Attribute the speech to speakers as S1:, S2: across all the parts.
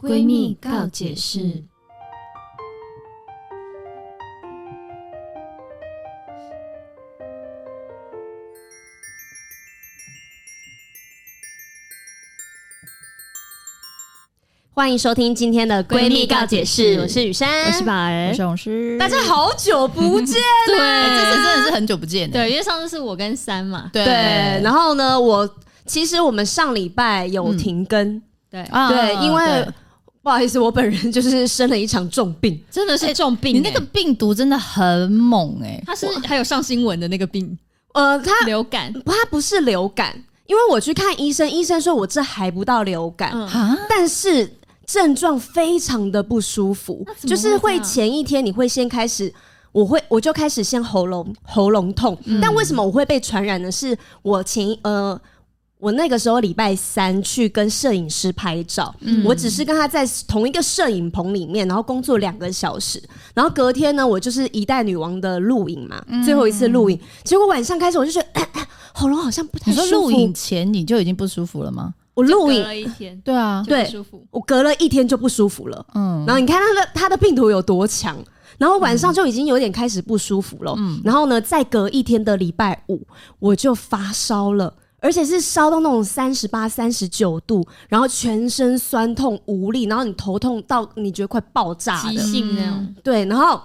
S1: 闺蜜告解释。
S2: 欢迎收听今天的闺蜜告解释，我是雨珊，
S3: 我是宝儿，
S4: 我是红师，
S2: 大家好久不见，啊
S3: 对，
S4: 这次真的是很久不见，
S3: 对，因为上次是我跟三嘛，
S4: 对，
S2: 然后呢，我其实我们上礼拜有停更，
S3: 对，
S4: 啊
S2: 对，因为
S4: 对
S2: 不好意思，我本人就是生了一场重病，
S3: 真的是重病欸，
S4: 你那个病毒真的很猛哎，
S3: 他是还有上新闻的那个病，
S2: 呃，他
S3: 流感，
S2: 他不是流感，因为我去看医生，医生说我这还不到流感，
S3: 嗯，
S4: 啊，
S2: 但是症状非常的不舒服
S3: 那，怎么
S2: 就
S3: 会
S2: 是会
S3: 这样
S2: 前一天你会先开始。我会，我就开始先喉咙喉咙痛，
S3: 嗯
S2: 但为什么我会被传染呢？是我前一呃，我那个时候礼拜三去跟摄影师拍照，
S3: 嗯
S2: 我只是跟他在同一个摄影棚里面，然后工作两个小时，然后隔天呢，我就是一代女王的录影嘛，
S3: 嗯
S2: 最后一次录影，结果晚上开始我就觉得咳咳喉咙好像不太
S4: 你说
S2: 舒服，
S4: 录影前你就已经不舒服了吗？
S2: 我录
S3: 隔
S2: 影
S3: 了一天，
S4: 对啊，
S3: 就
S2: 对
S3: 不舒服，
S2: 我隔了一天就不舒服了。
S4: 嗯，
S2: 然后你看他的他的病毒有多强，然后晚上就已经有点开始不舒服了。然后呢，再隔一天的礼拜五，我就发烧了。而且是烧到那种三十八、三十九度，然后全身酸痛无力，然后你头痛到你觉得快爆炸
S3: 急
S2: 的，
S3: 性那种，
S2: 对。然后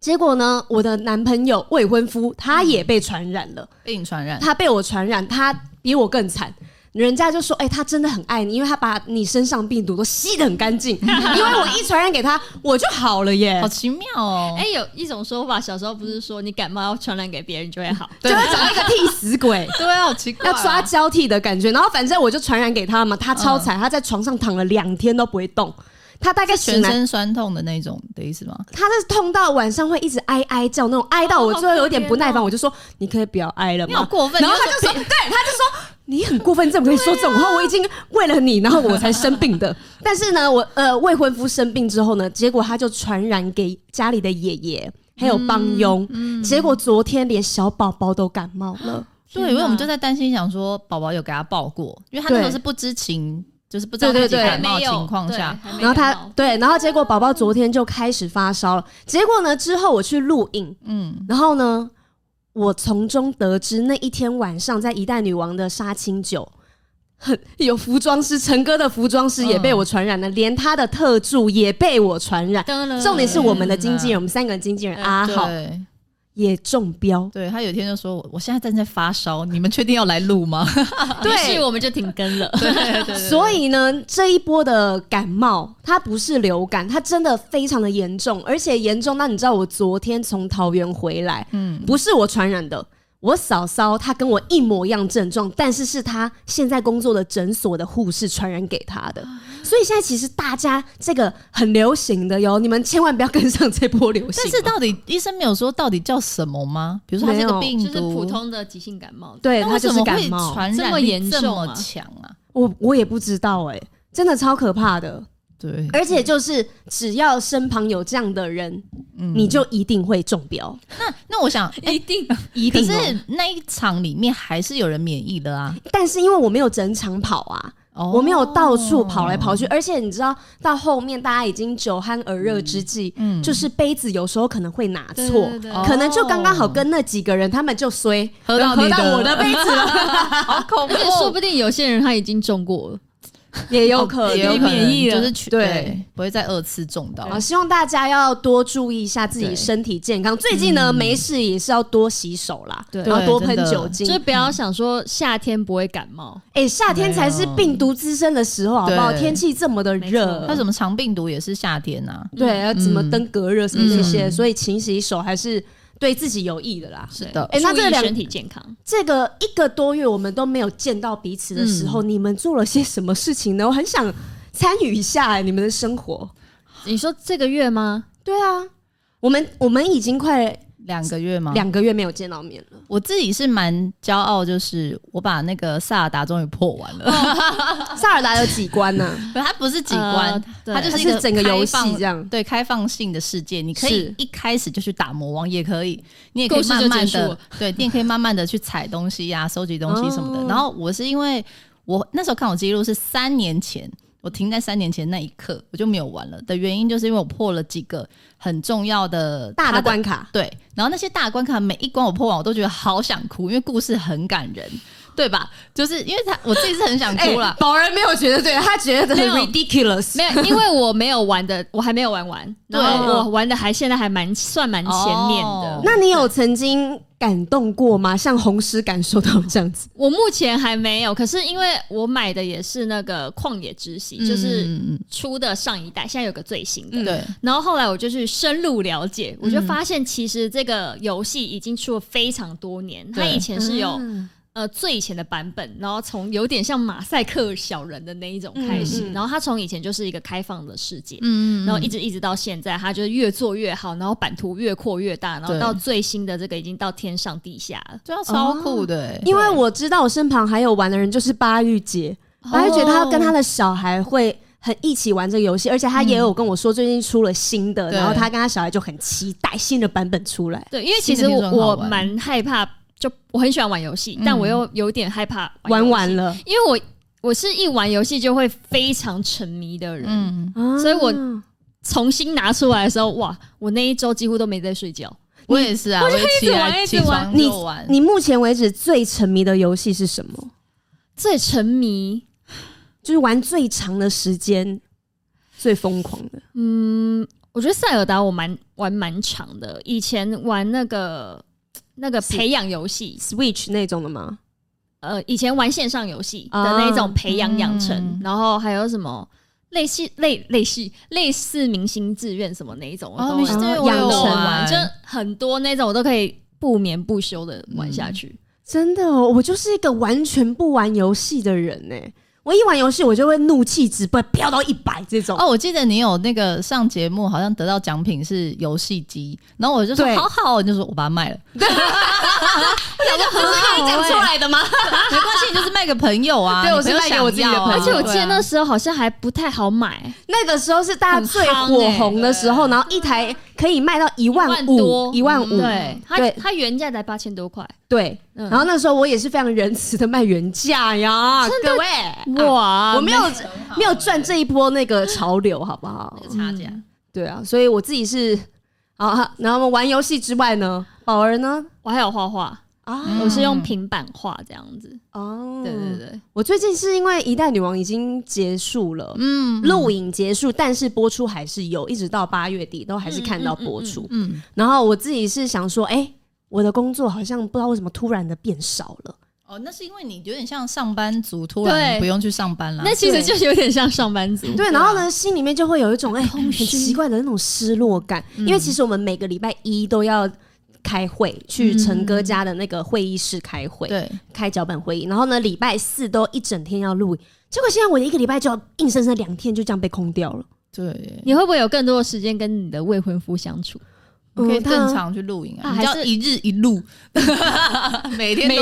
S2: 结果呢，我的男朋友未婚夫他也被传染了，
S4: 被你传染，
S2: 他被我传染，他比我更惨。人家就说：“哎、他真的很爱你，因为他把你身上病毒都吸得很干 净。因为我一传染给他，我就好了耶
S4: 好。奇妙哦，
S3: 哎，有一种说法，小时候不是说你感冒要传染给别人就会 好，
S2: 就会找到一个替死 鬼，
S4: 对啊，好奇怪
S2: 要
S4: 哦
S2: 抓交替的感觉。然后反正我就传染给他嘛，他
S4: 嗯
S2: 超惨，他在床上躺了两天都不会动。他大概醒
S4: 全
S2: 来，
S4: 身酸痛的那种的意思吗？
S2: 他是痛到晚上会一直哀哀叫，那种哀到我
S4: 哦
S2: 最后有点不耐烦，我就说：你可以不要哀了
S3: 你好
S2: 吗？
S3: 过分，
S2: 然后
S3: 你
S2: 他
S3: 为
S2: 就
S3: 什
S2: 说，
S3: 么
S2: 对，他就说你很过分，你怎么可以说这种话？我已经为了你，然后我才生病的。 但是呢，我呃未婚夫生病之后呢，结果他就传染给家里的爷爷 还有帮佣，
S3: 嗯
S2: 结果昨天连小宝宝都感冒了。
S4: 对，
S3: 天
S4: 因为我们
S3: 哪
S4: 就在担心，想说宝宝有给他报过，因为他那时候
S2: 对
S4: 是不知情，就是不知道
S2: 对对
S4: 自己
S2: 对
S3: 还
S4: 感
S3: 没
S4: 冒
S3: 有
S4: 情况下，，
S3: 对还没
S2: 然后他
S3: 感冒
S2: 对，然后结果宝宝昨天就开始发烧了。结果呢，之后我去录影，
S4: 嗯，
S2: 然后呢，我从中得知那一天晚上在一代女王的杀青酒，很有服装师陈哥的服装师也
S3: 嗯
S2: 被我传染了，连他的特助也被我传染。
S3: 噔了
S2: 重点是我们的经纪
S4: 天
S2: 人，
S4: 哪
S2: 我们三个经纪人
S3: 嗯
S2: 阿浩
S4: 对。
S2: 也中标。
S4: 对他有一天就说：“我我现在正在发烧，你们确定要来录吗
S3: 于是我们就停更了，？”
S4: 对对对对
S2: 所以呢，这一波的感冒，它不是流感，它真的非常的严重，而且严重到你知道，我昨天从桃园回来，嗯，不是我传染的，我嫂嫂她跟我一模一样症状，但是是她现在工作的诊所的护士传染给她的，所以现在其实大家这个很流行的哟，你们千万不要跟上这波流行哦。
S4: 但是到底医生没有说到底叫什么吗？比如说它
S2: 没
S4: 是个
S2: 有
S4: 病
S3: 就
S4: 毒，
S3: 是普通的急性感冒，
S2: 对，
S4: 那
S2: 它
S4: 为
S2: 就
S4: 什
S2: 是
S4: 么
S2: 感
S4: 会
S2: 冒，
S4: 传
S3: 这
S4: 染
S3: 么
S4: 力
S3: 严
S4: 这
S3: 重
S4: 么
S3: 啊
S4: 强啊？
S2: 我我也不知道哎、真的超可怕的。
S4: 对，
S2: 而且就是只要身旁有这样的人，
S4: 嗯
S2: 你就一定会中标，
S4: 那那我想，哎
S3: 一定
S2: 一
S4: 可
S2: 定哦、
S4: 是那一场里面还是有人免疫的啊，
S2: 但是因为我没有整场跑啊，
S4: 哦
S2: 我没有到处跑来跑去，而且你知道，到后面大家已经酒酣耳热之际，
S4: 嗯
S2: 就是杯子有时候可能会拿
S3: 对
S2: 错
S3: 对。对
S4: 哦
S2: 可能就刚刚好跟那几个人，他们就衰
S4: 喝到
S2: 喝
S4: 你
S2: 到
S4: 的
S2: 我的杯
S4: 哦
S2: 子了，
S4: 好恐
S3: 而且说不定有些人他已经中过了，
S2: 也有 可
S4: 哦也有
S2: 能。
S4: 可
S3: 免疫
S4: 能
S3: 了
S4: 就是去
S2: 对
S4: 对，不会再二次中到。
S2: 啊，希望大家要多注意一下自己
S4: 对
S2: 身体健康。最近呢，没事也是要多洗手啦，
S3: 对
S2: 然后多喷
S4: 真的
S2: 酒
S3: 就
S2: 精
S3: 是。不要
S4: 嗯
S3: 想说夏天不会感冒，
S2: 哎、夏天才是病毒滋生的时候，好不好？
S4: 对
S2: 天气这么的
S3: 没
S2: 热
S4: 那，什么肠病毒也是夏天啊，
S2: 对，要怎么
S4: 嗯
S2: 登革热什么这些，
S4: 嗯
S2: 所以勤洗手还是对自己有益的啦。
S4: 是的
S3: 对
S2: 哎那
S3: 注意
S2: 这两
S3: 身体健康，
S2: 这个一个多月我们都没有见到彼此的时候，你们做了些什么事情呢？我很想参与一下、哎你们的生活。
S3: 你说这个月吗？
S2: 对啊，我们我们已经快
S4: 两个月吗？
S2: 两个月没有见到面 了。
S4: 我自己是蛮骄傲，就是我把那个萨尔达终于破完了。
S2: 萨尔达有几关呢、
S4: 可它不是 几关，
S3: 呃
S4: 它
S3: 对
S4: 就是一
S2: 它
S4: 个
S2: 是整个游戏
S4: 开放
S2: 这样
S4: 对，开放性的世界，你可以
S2: 是
S4: 一开始就去打魔王，也可以，你也可
S3: 故
S4: 以
S3: 事就
S4: 慢慢
S3: 结束
S4: 的
S3: 了，
S4: 对，你也可以慢慢的去采东西呀、收集东西什么的。
S2: 哦
S4: 然后我是因为我那时候看我记录是三年前。我停在三年前那一刻，我就没有玩了的原因，就是因为我破了几个很重要的
S2: 大
S4: 它
S2: 的关卡，
S4: 对，然后那些大关卡每一关我破完，我都觉得好想哭，因为故事很感人，对吧？就是因为他我自己是很想哭 啦，
S2: 哎宝人没有觉得对，他觉得很
S3: 没有
S2: ridiculous。
S3: 没有，因为我没有玩的， 我还没有玩完，然后
S2: 对
S3: 我玩的还现在还蛮算蛮前面的
S4: 哦。
S2: 那你有曾经感动过吗？像红师感受到这样子，
S3: 我目前还没有，可是因为我买的也是那个《旷野之息》，哎就是
S4: 嗯
S3: 出的上一代，现在有个最新的。
S4: 嗯嗯嗯对，
S3: 然后后来我就去深入了解，我就发现其实这个游戏已经出了非常多年，它
S4: 对嗯
S3: 以前是有、
S2: 嗯
S3: 呃最以前的版本，然后从有点像马赛克小人的那一种开始，
S2: 嗯嗯
S3: 然后它从以前就是一个开放的世界，
S4: 嗯
S3: 然后一直一直到现在，它就是越做越好，然后版图越扩越大，然后
S4: 对
S3: 到最新的这个已经到天上地下了。
S4: 就要超酷的、欸
S2: 因为我知道我身旁还有玩的人就是巴玉姐，
S3: 哦
S2: 巴玉姐她跟她的小孩会。很一起玩这个游戏，而且她也有跟我说最近出了新的，
S4: 对
S2: 然后她跟她小孩就很期待新的版本出来。
S3: 对，因为其
S4: 新
S3: 实
S4: 的
S3: 我
S4: 听说很好
S3: 我
S4: 玩
S3: 蛮害怕，就我很喜欢玩游戏，但我又有点害怕
S2: 玩
S3: 完，
S2: 完了，
S3: 因为我我是一玩游戏就会非常沉迷的人，
S4: 嗯，
S2: 所
S3: 所以我重新拿出来的时候，哇，我那一周几乎都没在睡觉。
S4: 我也是啊，我就一
S3: 直玩一直玩
S2: 你
S4: 玩
S2: 你目前为止最沉迷的游戏是什么？
S3: 最沉迷，
S2: 就是玩最长的时间、最疯狂的。
S3: 我觉得塞尔达我蛮玩蛮长的，以前玩那个那个培养游戏，
S2: Switch 那种的吗？
S3: 呃，以前玩线上游戏的
S2: 啊
S3: 那一种培养养成，
S4: 嗯
S3: 然后还有什么类似类类似类似明星志愿什么那一种，我
S4: 哦，
S3: 都
S4: 明
S3: 玩
S4: 星
S2: 志
S4: 志
S2: 愿
S4: 愿
S2: 我有
S4: 我有
S3: 都
S2: 玩
S3: 玩，
S4: 玩，
S3: 就很多那种我都可以不眠不休的玩下去。
S2: 真的、哦，我就是一个完全不玩游戏的人呢、我一玩游戏，我就会怒气值被飙到一百这种。
S4: 哦，我记得你有那个上节目，好像得到奖品是游戏机，然后我就说
S2: 对
S4: 好好，你就说我把它卖了，
S3: 那
S2: 嗯
S3: 就很好
S4: 讲出
S3: 来的吗？
S4: 没关系，你就是卖给朋友啊，
S2: 欸对
S4: 你
S2: 我是
S4: 朋友
S2: 卖给
S4: 想
S2: 我自己的
S4: 要
S2: 朋
S4: 啊
S3: 而
S2: 友
S3: 且我记得那
S4: 对啊
S3: 时候好像还不太好买，
S2: 那个时候是大家最火红的时候，然后一台可以卖到一万五，一
S3: 一嗯
S2: 万五，
S3: 对，它
S2: 对啊
S3: 它原价才八千多块，
S2: 对。
S3: 嗯
S2: 然后那时候我也是非常仁慈的卖原价呀，各位，啊
S3: 哇，
S2: 我没有没有赚这一波那个潮流，好不好？
S4: 差价。
S2: 对啊，所以我自己是啊，然后玩游戏之外呢，宝儿呢
S3: 我还有画画，
S2: 啊
S3: 我是用平板画这样子。
S2: 哦，
S3: 嗯对对对，
S2: 我最近是因为《一代女王》已经结束了，
S4: 嗯
S2: 录影结束，但是播出还是有，一直到八月底都还是看到播出。
S4: 嗯，
S2: 然后我自己是想说，哎、我的工作好像不知道为什么突然的变少了，
S4: 哦，那是因为你有点像上班族，突然
S3: 对
S4: 不用去上班了。
S3: 那其实就是有点像上班族。
S2: 嗯对，然后呢，心里面就会有一种哎、很嗯
S4: 虚
S2: 奇怪的那种失落感，因为其实我们每个礼拜一都要。开会去陈哥家的那个会议室开会，
S4: 对，
S2: 开脚本会议，然后呢，礼拜四都一整天要录影，结果现在我的一个礼拜就要硬生生两天就这样被空掉了。
S4: 对，
S3: 你会不会有更多的时间跟你的未婚夫相 处？
S4: 你可以
S2: 嗯他
S4: 更常去露营啊，
S3: 啊
S4: 你
S3: 还
S4: 只要
S3: 是
S4: 一日一路，每天对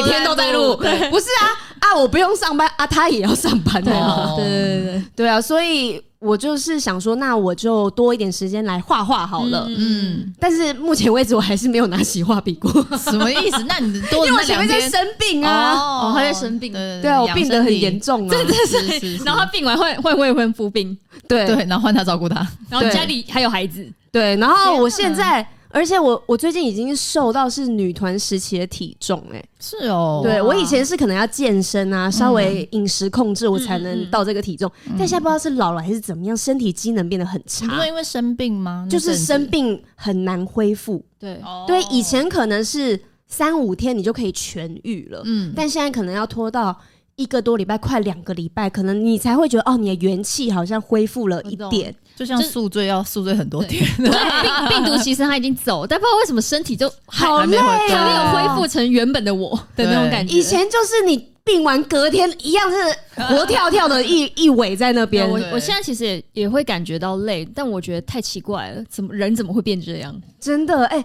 S2: 不是啊啊！我不用上班啊，他也要上班啊
S4: 哦。
S3: 对对
S2: 对啊，所以我就是想说，那我就多一点时间来画画好了。
S4: 嗯，
S2: 但是目前为止，我还是没有拿起画笔过，
S4: 什么意思？那你多
S2: 因为
S4: 那
S2: 我前
S4: 两
S2: 面在
S4: 天
S2: 生病啊。
S3: 哦他在生病
S4: 对
S2: 对啊，我病得很严
S4: 重，
S2: 重啊。
S4: 是是是
S3: 然后他病完会会未婚夫病，
S2: 对
S4: 对，然后换他照顾他，
S3: 然后
S2: 对
S3: 家里还有孩子，
S2: 对，然后我现在，而且我我最近已经瘦到是女团时期的体重哎、
S4: 是哦，
S2: 对我以前是可能要健身啊，稍微饮食控制我才能到这个体重，但现在不知道是老了还是怎么样，身体机能变得很
S4: 你不
S2: 差
S4: 是，因为生病吗？
S2: 就是
S4: 那阵子
S2: 生，病很难恢复。
S3: 对，
S4: 哦
S2: 对，以前可能是三五天你就可以痊愈了，
S4: 嗯，
S2: 但现在可能要拖到。一个多礼拜，快两个礼拜，可能你才会觉得哦，你的元气好像恢复了一点。
S4: 就像
S3: 就是
S4: 宿醉要宿醉很多天，
S3: 对 病病毒其实他已经走，但不知道为什么身体就还
S2: 好
S3: 还没
S2: 累哦
S3: 还没有恢复成原本的我的那种感觉。
S2: 以前就是你病完隔天一样是活跳跳的一一尾在那
S3: 对
S2: 边
S3: 我，
S4: 对
S3: 我现在其实也也会感觉到累，但我觉得太奇怪了，怎么人怎么会变这样？
S2: 真的哎、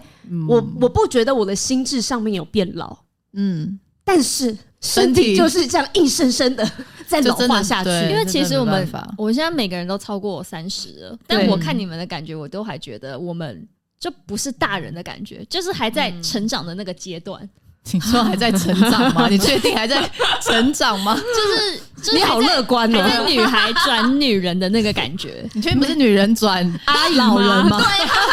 S2: 我我不觉得我的心智上面有变老，
S4: 嗯，
S2: 但是身
S4: 身
S2: 体
S4: 体
S2: 就是这样硬生生的在
S4: 就
S2: 老
S4: 真的
S2: 化下去。
S4: 对
S3: 因为
S4: 这
S3: 其
S4: 真
S3: 实
S4: 的
S3: 我
S4: 没
S3: 们
S4: 办法
S3: 我们现在每个人都超过三十了，但
S2: 对
S3: 我看你们的感觉，我都 还觉得我们就不是大人的感觉，就是还在成长的那个阶段。
S4: 你说还在成长 吗？你确定还在成长 吗？，
S3: 就是就是
S2: 你好乐观
S3: 还
S2: 哦。
S3: 在女孩转女人的那个感觉
S4: 你确定不是女人转
S3: 阿姨吗
S4: 嗯啊老人 吗？啊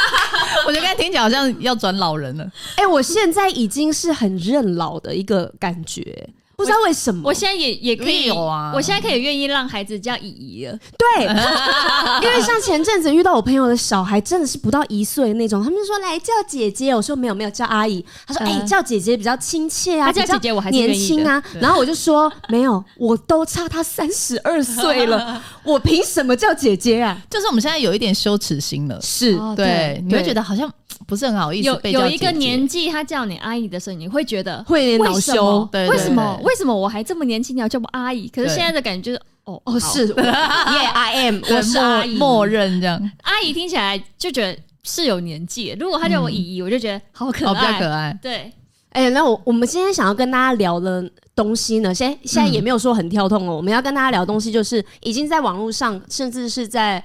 S4: 我觉得刚才听起来好像要转老人了。
S2: 哎、我现在已经是很认老的一个感觉，不知道为什么。
S3: 我现在也也可以
S4: 没有啊
S3: 我现在可以愿意让孩子叫姨姨了。
S2: 对，因为像前阵子遇到我朋友的小孩，真的是不到一岁那种，他们说来叫姐姐，我说没有没有叫阿姨，他说哎、
S3: 嗯
S2: 叫姐姐比较亲切啊，
S3: 他叫
S2: 比较
S3: 姐姐我还是
S2: 年
S3: 愿意的嗯
S2: 轻啊，然后我就说没有，我都差他三十二岁 了，我凭什么叫姐姐啊？
S4: 就是我们现在有一点羞耻心了，
S2: 是，
S3: 哦
S4: 对，你会
S2: 对
S4: 觉得好像不是很好意思
S3: 有
S4: 被
S3: 有
S4: 叫
S3: 一个
S4: 姐姐
S3: 年纪，他叫你阿姨的时候，你会觉得
S2: 会有点恼
S3: 为什么
S2: 羞？。
S4: 对
S3: 为
S4: 对
S3: 什么？
S4: 对
S3: 为什么我还这么年轻，你要叫我阿姨？可是
S4: 对
S3: 现在的感觉就是，哦
S2: 哦，
S3: 好
S2: 是，Yeah，I am，
S4: 对
S2: 我是
S4: 默
S2: 阿姨。
S4: 默认这样，
S3: 阿姨听起来就觉得是有年纪。如果他叫我姨姨，我就觉得好可
S4: 嗯哦，比较
S3: 爱。
S4: 可爱。
S3: 对，
S2: 哎、那我我们今天想要跟大家聊的东西呢，现在现在也没有说很跳痛哦。我们要跟大家聊的东西，就是已经在网络上，甚至是在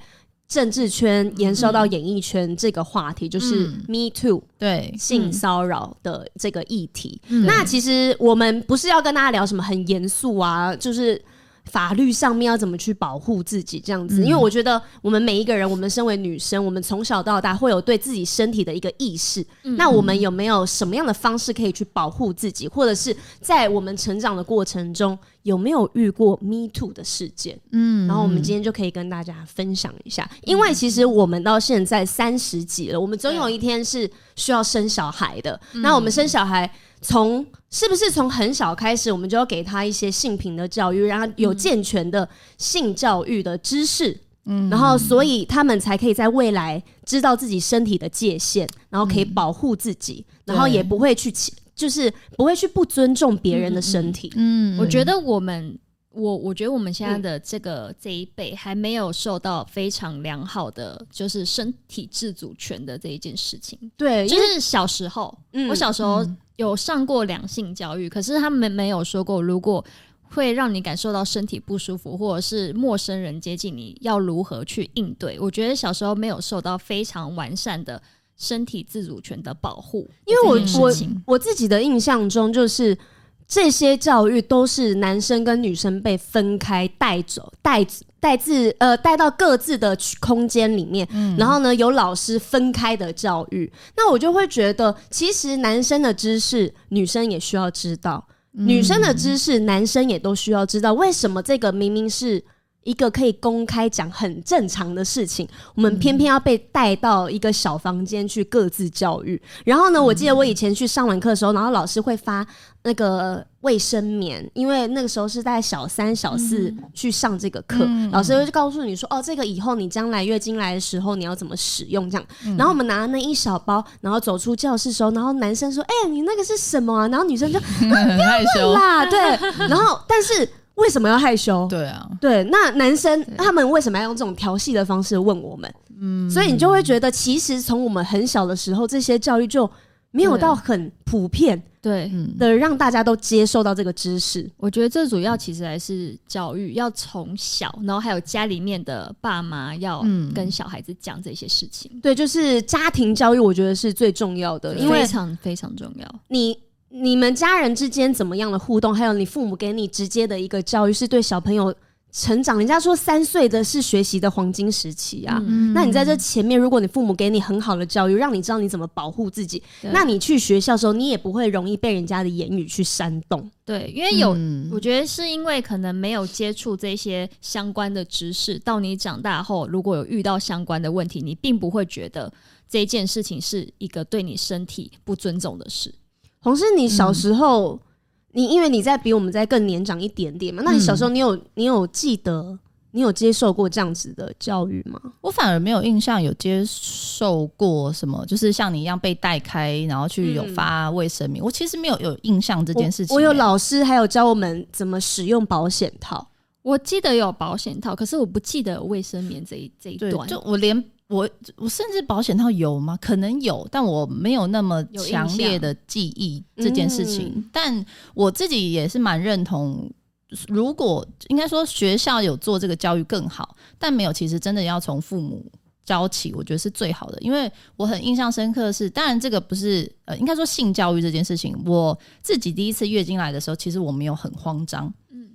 S2: 政治圈延烧到演艺圈这个话题，就是
S4: 嗯
S2: Me Too
S4: 对，
S2: 性骚扰的这个议题。
S3: 嗯
S2: 那其实我们不是要跟大家聊什么很严肃啊，就是。法律上面要怎么去保护自己这样子？因为我觉得我们每一个人，我们身为女生，我们从小到大会有对自己身体的一个意识。那我们有没有什么样的方式可以去保护自己，或者是在我们成长的过程中有没有遇过 Me Too 的事件？
S4: 嗯
S2: 然后我们今天就可以跟大家分享一下，因为其实我们到现在三十几了，我们总有一天是需要生小孩的。
S4: 嗯
S2: 那我们生小孩从是不是从很小开始，我们就要给他一些性平的教育，让他有健全的性教育的知识，
S4: 嗯
S2: 然后所以他们才可以在未来知道自己身体的界限，然后可以
S4: 嗯
S2: 保护自己，然后也不会去欺就是不会去不尊重别人的身体。
S4: 嗯
S3: 我觉
S4: 得
S3: 得我们，我我觉得我们现在的这个这一辈还没有受到非常良好的就是身体自主权的这一件事情。
S2: 对，因
S3: 就
S2: 为
S3: 是小时候，
S2: 嗯
S3: 我小时候有上过两性教育，可是他们没有说过，如果会让你感受到身体不舒服，或者是陌生人接近你，要如何去应对？我觉得小时候没有受到非常完善的身体自主权的保护，
S2: 因为
S3: 这件
S2: 我
S3: 事
S2: 我
S3: 情
S2: 我自己的印象中，就是这些教育都是男生跟女生被分开带走，带带自呃带到各自的区空间里面，
S3: 嗯
S2: 然后呢有老师分开的教育，那我就会觉得，其实男生的知识女生也需要知道，女生的知识男生也都需要知道，为什么这个明明是。一个可以公开讲很正常的事情，我
S4: 嗯
S2: 们偏偏要被带到一个小房间去各自教育。然后呢，我记得我以前去上完课的时候，然后老师会发那个卫生棉，因为那个时候是在小三、小四
S4: 嗯
S2: 去上这个课，老师就告诉你说，哦，这个以后你将来月经来的时候你要怎么使用这样。
S4: 嗯
S2: 然后我们拿那一小包，然后走出教室的时候，然后男生说，哎、你那个是什么啊？然后女生就
S4: 很害羞，
S2: 啦，对。然后但是为什么要害羞？
S4: 对啊，
S2: 对，那男生他们为什么要用这种调戏的方式问我们？所以你就会觉得，其实从我们很小的时候，这些教育就没有到很普遍
S3: 对。
S4: 嗯，
S2: 的让大家都接受到这个知识。
S3: 我觉得最主要其实还是教育，要从小，然后还有家里面的爸妈要
S4: 嗯
S3: 跟小孩子讲这些事情，
S2: 对，就是家庭教育，我觉得是最重要的，因为
S3: 非常非常重要。
S2: 你。你们家人之间怎么样的互动，还有你父母给你直接的一个教育，是对小朋友成长。人家说三岁的是学习的黄金时期啊，
S3: 嗯，
S2: 那你在这前面，如果你父母给你很好的教育，让你知道你怎么保护自己，
S3: 对
S2: 那你去学校的时候，你也不会容易被人家的言语去煽动。
S3: 对，因为有
S4: 嗯
S3: 我觉得是因为可能没有接触这些相关的知识，到你长大后，如果有遇到相关的问题，你并不会觉得这件事情是一个对你身体不尊重的事。
S2: 红是你小时候，你因为你在比我们在更年长一点点嘛，那你小时候你有、你有记得你有接受过这样子的教育吗？
S4: 我反而没有印象有接受过什么，就是像你一样被带开，然后去有
S2: 嗯
S4: 发卫生棉。我其实没有有印象这
S2: 这
S4: 件事情、
S2: 我，我有
S4: 欸
S2: 老师还有教我们怎么使用保险套。
S3: 我记得有保险套，可是我不记得有卫生棉这一这一
S4: 对，
S3: 段。
S4: 就我连我我甚至保险套有吗？可能有，但我没有那么
S3: 有印
S4: 强烈
S3: 象
S4: 的记忆这件事情。
S2: 嗯
S4: 但我自己也是蛮认同，如果应该说学校有做这个教育更好，但没有，其实真的要从父母教起，我觉得是最好的。因为我很印象深刻的是，当然这个不是呃，应该说性教育这件事情，我自己第一次月经来的时候，其实我没有很慌张，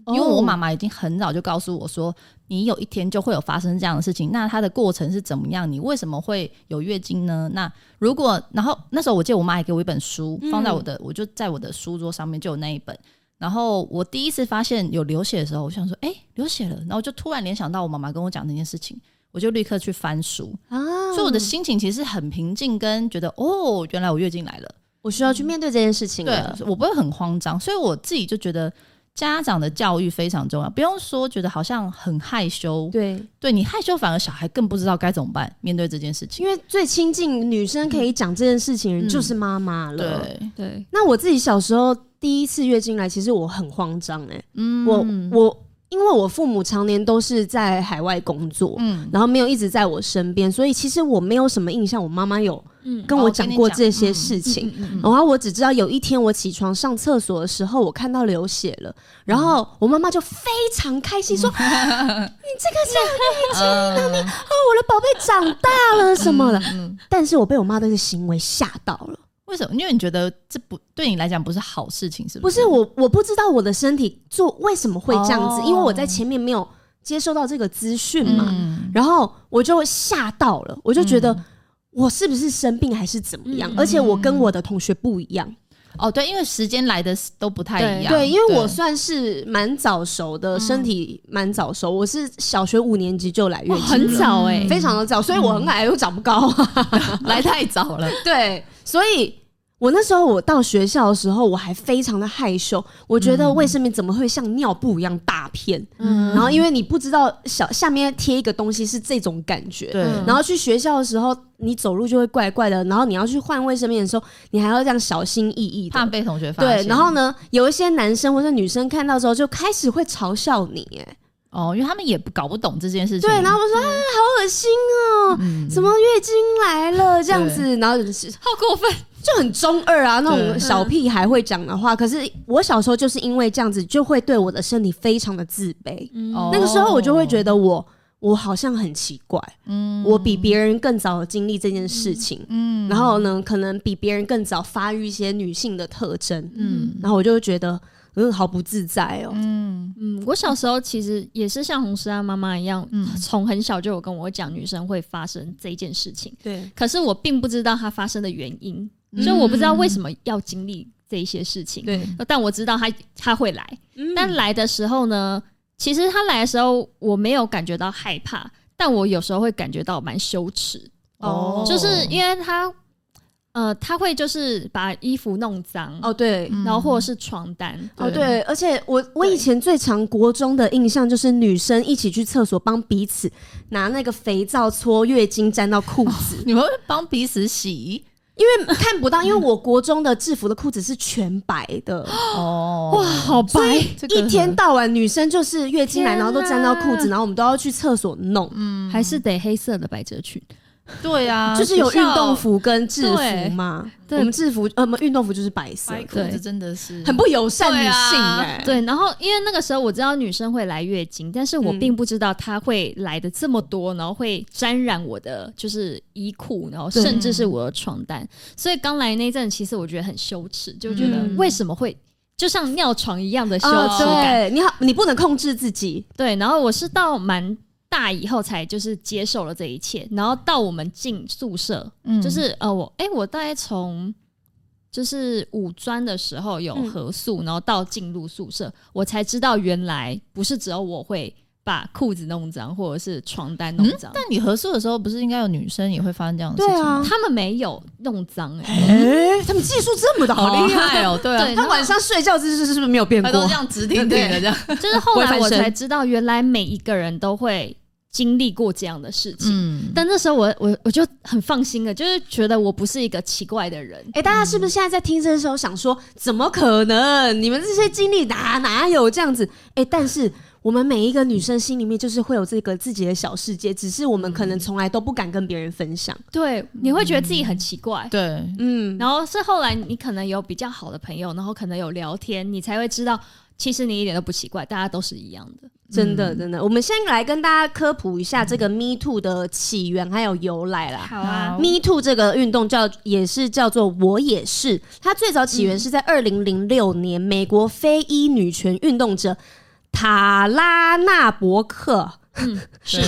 S4: 因为
S2: 哦
S4: 我妈妈已经很早就告诉我说，你有一天就会有发生这样的事情。那它的过程是怎么样？你为什么会有月经呢？那如果然后那时候我记得我妈还给我一本书，放在我的，我就在我的书桌上面就有那一本。然后我第一次发现有流血的时候，我想说，哎、流血了。然后我就突然联想到我妈妈跟我讲那件事情，我就立刻去翻书，
S2: 啊，
S4: 所以我的心情其实很平静，跟觉得哦，原来我月经来了。
S2: 我需要去面对这件事情
S4: 对
S2: 了。，
S4: 我不会很慌张，所以我自己就觉得家长的教育非常重要，不用说觉得好像很害羞，
S2: 对，
S4: 对你害羞反而小孩更不知道该怎么办面对这件事情。
S2: 因为最亲近女生可以讲这件事情的人
S4: 嗯
S2: 就是妈妈了。
S4: 对，
S3: 对，
S2: 那我自己小时候第一次月经来，其实我很慌张哎、
S4: 嗯
S2: 我我因为我父母常年都是在海外工作，
S4: 嗯
S2: 然后没有一直在我身边，所以其实我没有什么印象，我妈妈有
S3: 嗯，
S2: 跟我
S4: 哦跟
S2: 讲
S4: 你
S2: 过
S4: 讲
S2: 这些
S4: 嗯
S2: 事情。
S3: 嗯嗯
S2: 然后我只知道有一天我起床上厕所的时候，我看到流血了，然后我妈妈就非常开心说：“你这个是哦，
S4: 嗯
S2: 我的宝贝长大了什么的。
S4: 嗯，
S2: 但是我被我妈的这个行为吓到了，
S4: 为什么？因为你觉得这不对你来讲不是好事情，是
S2: 不
S4: 是
S2: 是我，我不知道我的身体做为什么会这样子，
S4: 哦
S2: 因为我在前面没有接收到这个资讯嘛，
S4: 嗯
S2: 然后我就吓到了，我就觉得。我是不是生病还是怎么样？
S3: 嗯
S2: 而且我跟我的同学不一样，
S4: 哦，对，因为时间来的都不太一样。
S2: 对，因为我算是蛮早熟的，身体蛮早熟，我是小学五年级就来月
S3: 哇，
S2: 经了，
S3: 很早哎、
S2: 非常的早，所以我很矮又长不高啊。
S4: 来太早 了。
S2: 对，所以我那时候我到学校的时候，我还非常的害羞，我觉
S4: 嗯
S2: 得卫生棉怎么会像尿布一样大片？
S3: 嗯
S2: 然后因为你不知道小下面贴一个东西是这种感觉。
S4: 对
S3: 嗯
S2: 然后去学校的时候，你走路就会怪怪的，然后你要去换卫生棉的时候，你还要这样小心翼翼
S4: 怕
S2: 的。
S4: 被同学发现。
S2: 对，然后呢，有一些男生或者女生看到之后，就开始会嘲笑你，哎，
S4: 哦，因为他们也不搞不懂这件事情。
S2: 对，然后我说、啊，好恶心哦，
S4: 嗯
S2: 怎么月经来了这样子，然后就是
S3: 好过分，
S2: 就很中二啊，那种
S4: 对
S2: 小屁孩会讲的话。可是我小时候就是因为这样子，就会对我的身体非常的自卑。
S3: 嗯
S4: 哦
S2: 那个时候我就会觉得我我好像很奇怪，
S4: 嗯
S2: 我比别人更早经历这件事情，
S4: 嗯
S2: 然后呢，可能比别人更早发育一些女性的特征，
S4: 嗯
S2: 然后我就会觉得嗯，好不自在哦。
S4: 嗯
S3: 嗯，我小时候其实也是像红石安妈妈一样，
S4: 嗯
S3: 从很小就有跟我讲女生会发生这件事情，
S2: 对，
S3: 可是我并不知道它发生的原因，
S2: 嗯
S3: 所以我不知道为什么要经历这一些事情。
S4: 对
S3: 但我知道它它会来，但
S2: 嗯
S3: 来的时候呢，其实它来的时候我没有感觉到害怕，但我有时候会感觉到蛮羞耻，
S2: 哦
S3: 就是因为它，呃，它会就是把衣服弄脏，
S2: 哦对。
S4: 嗯
S3: 然后或者是床单，
S2: 哦，对，而且我我以前最常国中的印象就是女生一起去厕所帮彼此拿那个肥皂搓月经沾到
S4: 哦
S2: 裤子，
S4: 你们会帮彼此洗
S2: 因为看不到，因为我国中的制服的裤子是全白的，
S4: 哦
S3: 哇，好白，
S4: 这个啊
S2: 一天到晚女生就是月经来，
S3: 天
S2: 然
S3: 哪
S2: 后都沾到裤子，然后我们都要去厕所弄，
S4: 嗯
S3: 还是得黑色的百褶裙。
S4: 对啊，
S2: 就是有
S4: 学
S2: 运
S4: 校
S2: 动服跟制服
S3: 对
S2: 嘛。
S3: 对
S2: 我们制服呃，我们运动服就是白色
S4: 白
S2: 的，
S4: 裤子
S3: 对
S4: 真的是
S2: 很不友善女性
S4: 对啊
S2: 哎、
S3: 对，然后因为那个时候我知道女生会来月经，但是我
S2: 嗯
S3: 并不知道她会来的这么多，然后会沾染我的就是衣裤，然后
S2: 对
S3: 甚至是我的床单。所以刚来那阵，其实我觉得很羞耻，就觉得
S2: 嗯
S3: 为什么会就像尿床一样的
S4: 啊
S3: 羞
S2: 哦，
S3: 耻感。
S2: 对，你好，你不能控制自己，
S3: 对，然后我是到蛮大以后才就是接受了这一切，然后到我们进宿舍，
S4: 嗯
S3: 就是呃，我哎、我大概从就是五专的时候有合宿，然后到进入宿舍，我才知道原来不是只有我会把裤子弄脏，或者是床单弄脏，
S4: 但你合宿的时候，不是应该有女生也会发生这样的事
S2: 对
S4: 情吗？
S2: 啊，
S3: 他们没有弄脏哎、
S2: 哎、他们技术这么的
S4: 好厉害哦，对啊
S3: 对，
S2: 他晚上睡觉姿势是不是没有变
S4: 他都
S2: 过
S4: 这？样直挺挺的这样，
S3: 就是后
S2: 不会
S3: 来
S2: 翻
S3: 我
S2: 身
S3: 才知道，原来每一个人都会经历过这样的事情。
S4: 嗯，
S3: 但那时候我我我就很放心了，就是觉得我不是一个奇怪的人，
S2: 哎、大家是不是现在在听这的时候想说，怎么可能？你们这些经历哪哪有这样子？哎、但是我们每一个女生心里面就是会有这个自己的小世界，只是我们可能从来都不敢跟别人分享。
S3: 对，你会觉得自
S4: 嗯
S3: 己很奇怪。
S4: 对，
S2: 嗯，
S3: 然后是后来你可能有比较好的朋友，然后可能有聊天，你才会知道，其实你一点都不奇怪，大家都是一样的。
S2: 真的，真的，我们先来跟大家科普一下这个 Me Too 的起源还有由来啦。
S3: 好啊，
S2: Me Too 这个运动叫也是叫做我也是，它最早起源是在二零零六年，美国非裔女权运动者塔拉纳伯克。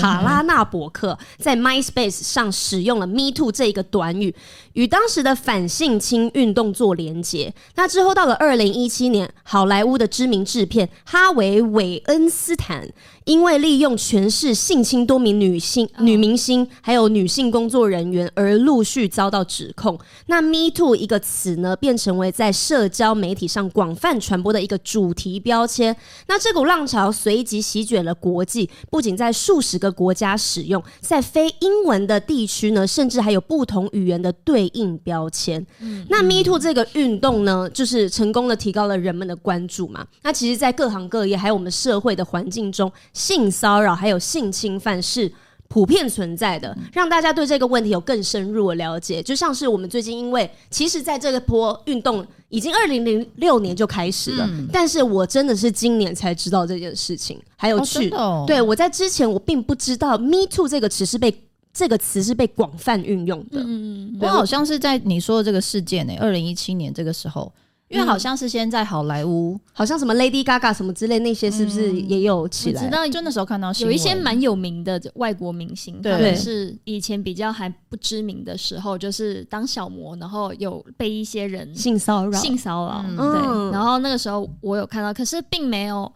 S2: 塔拉纳伯克在 MySpace 上使用了 “Me Too” 这一个短语，与当时的反性侵运动做连结。那之后到了二零一七年，好莱坞的知名制片哈维·韦恩斯坦，因为利用诠释性侵多名女性、女明星还有女性工作人员而陆续遭到指控。那 “Me Too” 一个词呢，便成为在社交媒体上广泛传播的一个主题标签。那这股浪潮随即席卷了国际，不仅在数十个国家使用，在非英文的地区呢，甚至还有不同语言的对应标签。那
S4: 嗯
S2: Me Too 这个运动呢，就是成功的提高了人们的关注嘛。那其实，在各行各业还有我们社会的环境中，性骚扰还有性侵犯是。普遍存在
S4: 嗯
S2: 的，让大家对这个问题有更深入的了解。就像是我们最近，因为其实在这个波运动已经二零零六年就开始了，
S4: 嗯
S2: 但是我真的是今年才知道这件事情，还有
S4: 哦
S2: 去、
S4: 真的哦
S2: 对我在之前我并不知道 “me too” 这个词是被这个词是被广泛运用的。
S3: 嗯，
S4: 我好像是在你说的这个事件呢、2二零一七年这个时候，因为好像是先在好莱坞，
S2: 好像什么 Lady Gaga 什么之类那些，是不是也有起
S3: 嗯我
S2: 来？
S3: 知道
S4: 就那时候看到新
S3: 有
S4: 闻
S3: 一些蛮有名的外国明星，
S4: 对
S3: 他们是以前比较还不知名的时候，就是当小模，然后有被一些人
S2: 性骚扰，
S3: 性骚扰，
S4: 嗯
S2: 嗯
S3: 对。然后那个时候我有看到，可是并没有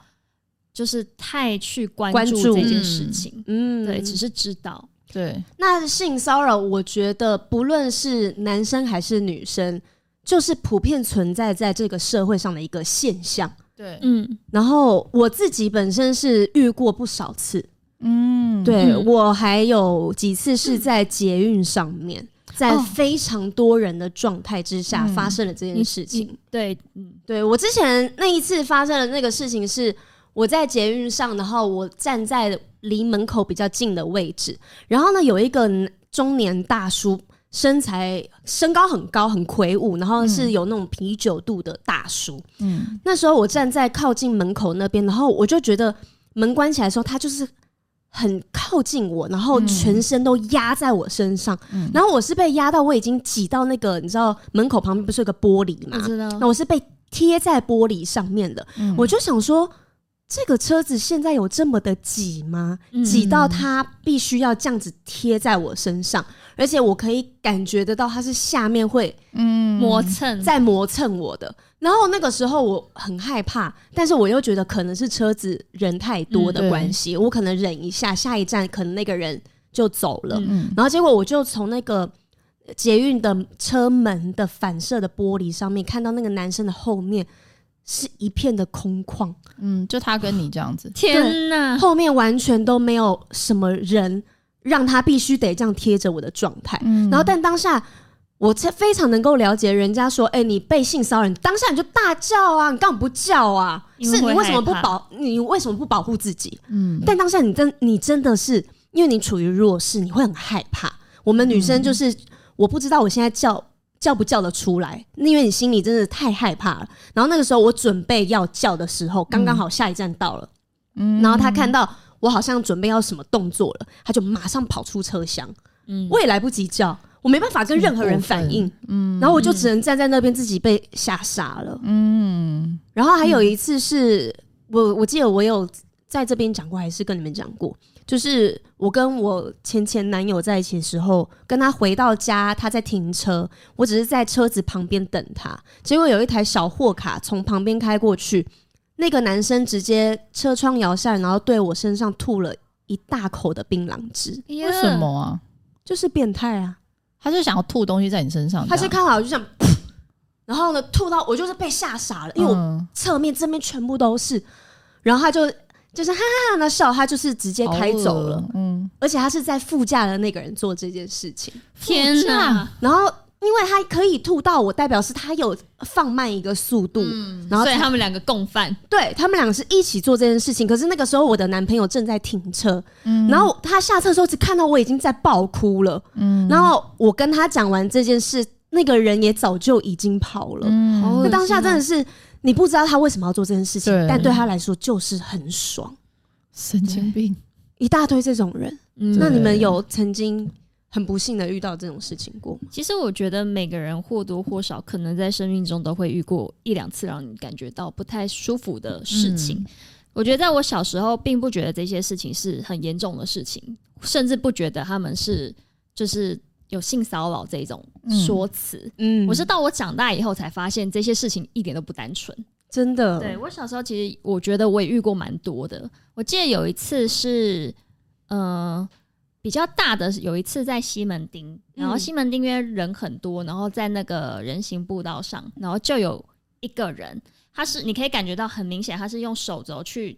S3: 就是太去关
S2: 关注
S3: 注这件事情，
S2: 嗯
S3: 对，只是知道。
S4: 对
S2: 那性骚扰，我觉得不论是男生还是女生，就是普遍存在在这个社会上的一个现象。
S4: 对
S3: 嗯，
S2: 然后我自己本身是遇过不少次，
S4: 嗯
S2: 对、
S3: 嗯
S2: 我还有几次是在捷运上面，在
S3: 哦
S2: 非常多人的状态之下
S4: 嗯
S2: 发生了这件事情。
S3: 你对，嗯，
S2: 对我之前那一次发生的那个事情是，我在捷运上，然后我站在离门口比较近的位置，然后呢有一个男中年大叔，身材身高很高，很魁梧，然后是有那种啤酒肚的大叔。
S4: 嗯
S2: 那时候我站在靠近门口那边，然后我就觉得门关起来的时候，他就是。很靠近我，然后
S4: 嗯
S2: 全身都压在我身上，
S4: 嗯
S2: 然后我是被压到，我已经挤到那个你知道门口旁边不是有个玻璃
S3: 我
S2: 吗？
S3: 知道。
S2: 那我是被贴在玻璃上面的，
S4: 嗯
S2: 我就想说。这个车子现在有这么的挤吗？挤到
S4: 嗯
S2: 它必须要这样子贴在我身上，而且我可以感觉得到它是下面会
S4: 嗯
S3: 磨蹭，
S2: 在磨蹭我的。然后那个时候我很害怕，但是我又觉得可能是车子人太多
S4: 嗯
S2: 的
S4: 对
S2: 关系，我可能忍一下，下一站可能那个人就走了。
S4: 嗯
S2: 然后结果我就从那个呃捷运的车门的反射的玻璃上面看到那个男生的后面是一片的空旷，
S4: 嗯，就他跟你这样子，
S3: 天哪！
S2: 后面完全都没有什么人，让他必须得这样贴着我的状态。
S4: 嗯
S2: 然后但当下。我才非常能够了解人家说，哎、你被性骚扰，你当下你就大叫啊，你干嘛不叫啊？
S3: 因为
S2: 是你
S3: 会
S2: 为什么
S3: 害
S2: 不
S3: 怕
S2: 保？你为什么不保护自己？
S4: 嗯
S2: 但当下你真你真的是因为你处于弱势，你会很害怕。我们女生就是、我不知道我现在叫叫不叫得出来，因为你心里真的太害怕了。然后那个时候我准备要叫的时候，刚刚好下一站到了，
S4: 嗯
S2: 然后他看到我好像准备要什么动作了，他就马上跑出车厢，
S3: 嗯，
S2: 我也来不及叫。我没办法跟任何人反应，嗯，然后我就只能站在那边自己被吓傻了，
S4: 嗯
S2: 然后还有一次是、我我记得我有在这边讲过，还是跟你们讲过，就是我跟我前前男友在一起的时候，跟他回到家，他在停车，我只是在车子旁边等他，结果有一台小货卡从旁边开过去，那个男生直接车窗摇下来，然后对我身上吐了一大口的槟榔汁，
S3: 哎呀
S4: 为什？么啊？
S2: 就是变态啊！
S4: 他就想要吐东西在你身上，
S2: 他
S4: 这
S2: 是
S4: 样
S2: 看好就想，噗然后呢吐到我就是被吓傻了，因为我
S4: 嗯
S2: 侧面、正面全部都是，然后他就就是哈哈那笑，他就是直接开走了，
S4: 好恶哦嗯，
S2: 而且他是在副驾的那个人做这件事情，
S3: 天哪！
S2: 然后因为他可以吐到我，代表是他有放慢一个速度，然后
S3: 所以
S2: 才
S3: 他们两个共犯，
S2: 对他们俩是一起做这件事情，可是那个时候我的男朋友正在停车，然后他下车的时候只看到我已经在爆哭了，然后我跟他讲完这件事，那个人也早就已经跑了，
S3: 好
S2: 嗯那
S3: 恶心
S2: 当下
S3: 哦
S2: 真的是你不知道他为什么要做这件事情
S4: 对，
S2: 但对他来说就是很爽。
S4: 神经病。
S2: 一大堆这种人。
S3: 嗯
S2: 那你们
S4: 对
S2: 有曾经很不幸的遇到这种事情过吗？
S3: 其实我觉得每个人或多或少可能在生命中都会遇过一两次让你感觉到不太舒服的事情。
S2: 嗯
S3: 我觉得在我小时候，并不觉得这些事情是很严重的事情，甚至不觉得他们是就是有性骚扰这种说辞。
S2: 嗯
S3: 我是到我长大以后才发现这些事情一点都不单纯。
S2: 真的，
S3: 对我小时候，其实我觉得我也遇过蛮多的。我记得有一次是，呃，比较大的，有一次在西门町，然后
S2: 嗯
S3: 西门町因为人很多，然后在那个人行步道上，然后就有一个人，他是你可以感觉到很明显，他是用手肘去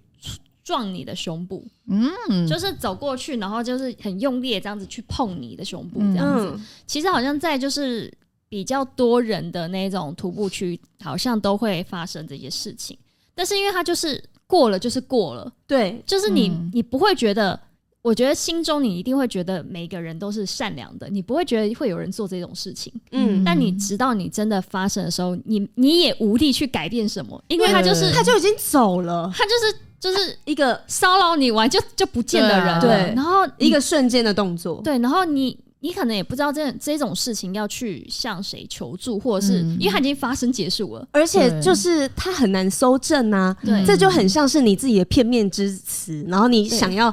S3: 撞你的胸部，
S4: 嗯，
S3: 就是走过去，然后就是很用力的这样子去碰你的胸部，
S4: 嗯
S3: 这样子。
S2: 嗯，
S3: 其实好像在就是比较多人的那种徒步区，好像都会发生这些事情。但是因为它就是过了，就是过了，
S2: 对，
S3: 就是你、
S4: 嗯
S3: 你不会觉得，我觉得心中你一定会觉得每个人都是善良的，你不会觉得会有人做这种事情。
S2: 嗯，
S3: 但你直到你真的发生的时候，你你也无力去改变什么，因为
S4: 对
S3: 他就是
S2: 他就已经走了，
S3: 他就是就是
S2: 一个
S3: 骚扰你完就就不见的人了，
S2: 对啊
S3: 然后
S2: 一个瞬间的动作，
S3: 对，然后你你可能也不知道这这种事情要去向谁求助，或者是、
S4: 嗯
S3: 因为它已经发生结束了。嗯
S2: 而且
S4: 对
S2: 就是他很难搜证啊，
S3: 对
S2: 这就很像是你自己的片面之词，然后你
S3: 对
S2: 想要。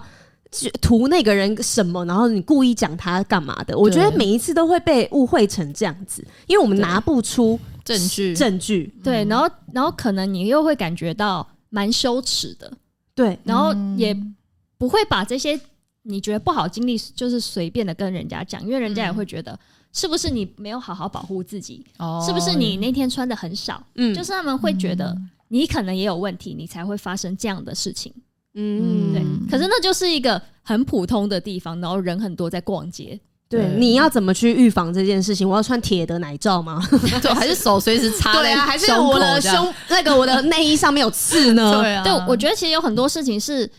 S2: 去图那个人什么，然后你故意讲他干嘛的？我觉得
S4: 对
S2: 每一次都会被误会成这样子，因为我们
S3: 对
S2: 拿不出
S4: 证据，
S2: 证据。
S3: 对，然后然后可能你又会感觉到蛮羞耻的，
S2: 对，
S3: 然后也
S4: 嗯
S3: 不会把这些你觉得不好的经历就是随便的跟人家讲，因为人家也会觉得。是不是你没有好好保护自己？
S4: 哦
S3: 是不是你那天穿的很少？
S2: 嗯，
S3: 就是他们会觉得你可能也有问题，你才会发生这样的事情。
S2: 嗯，
S3: 对，
S2: 对
S4: 嗯
S3: 可是那就是一个很普通的地方，然后人很多，在逛街。
S2: 对，
S4: 对
S2: 你要怎么去预防这件事情？我要穿铁的奶罩吗？
S4: 对，哦还是手随时插
S3: 啊
S4: 在胸口这样，
S2: 那个我的内衣上面有刺呢？
S4: 对啊，
S3: 对，我觉得其实有很多事情是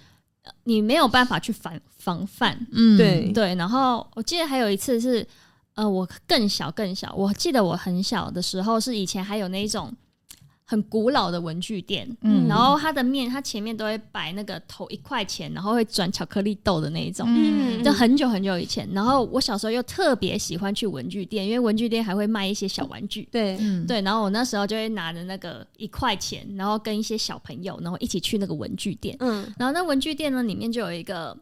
S3: 呃你没有办法去防防范。
S4: 嗯
S2: 对
S3: 对，然后我记得还有一次是，呃，我更小更小，我记得我很小的时候是以前还有那一种很古老的文具店，
S4: 嗯
S3: 然后它的面它前面都会摆那个投一块钱，然后会转巧克力豆的那一种。
S2: 嗯
S3: 就很久很久以前，然后我小时候又特别喜欢去文具店，因为文具店还会卖一些小玩具。
S2: 对，
S4: 嗯，
S3: 对，然后我那时候就会拿着那个一块钱，然后跟一些小朋友，然后一起去那个文具店。
S2: 嗯
S3: 然后那文具店呢，里面就有一个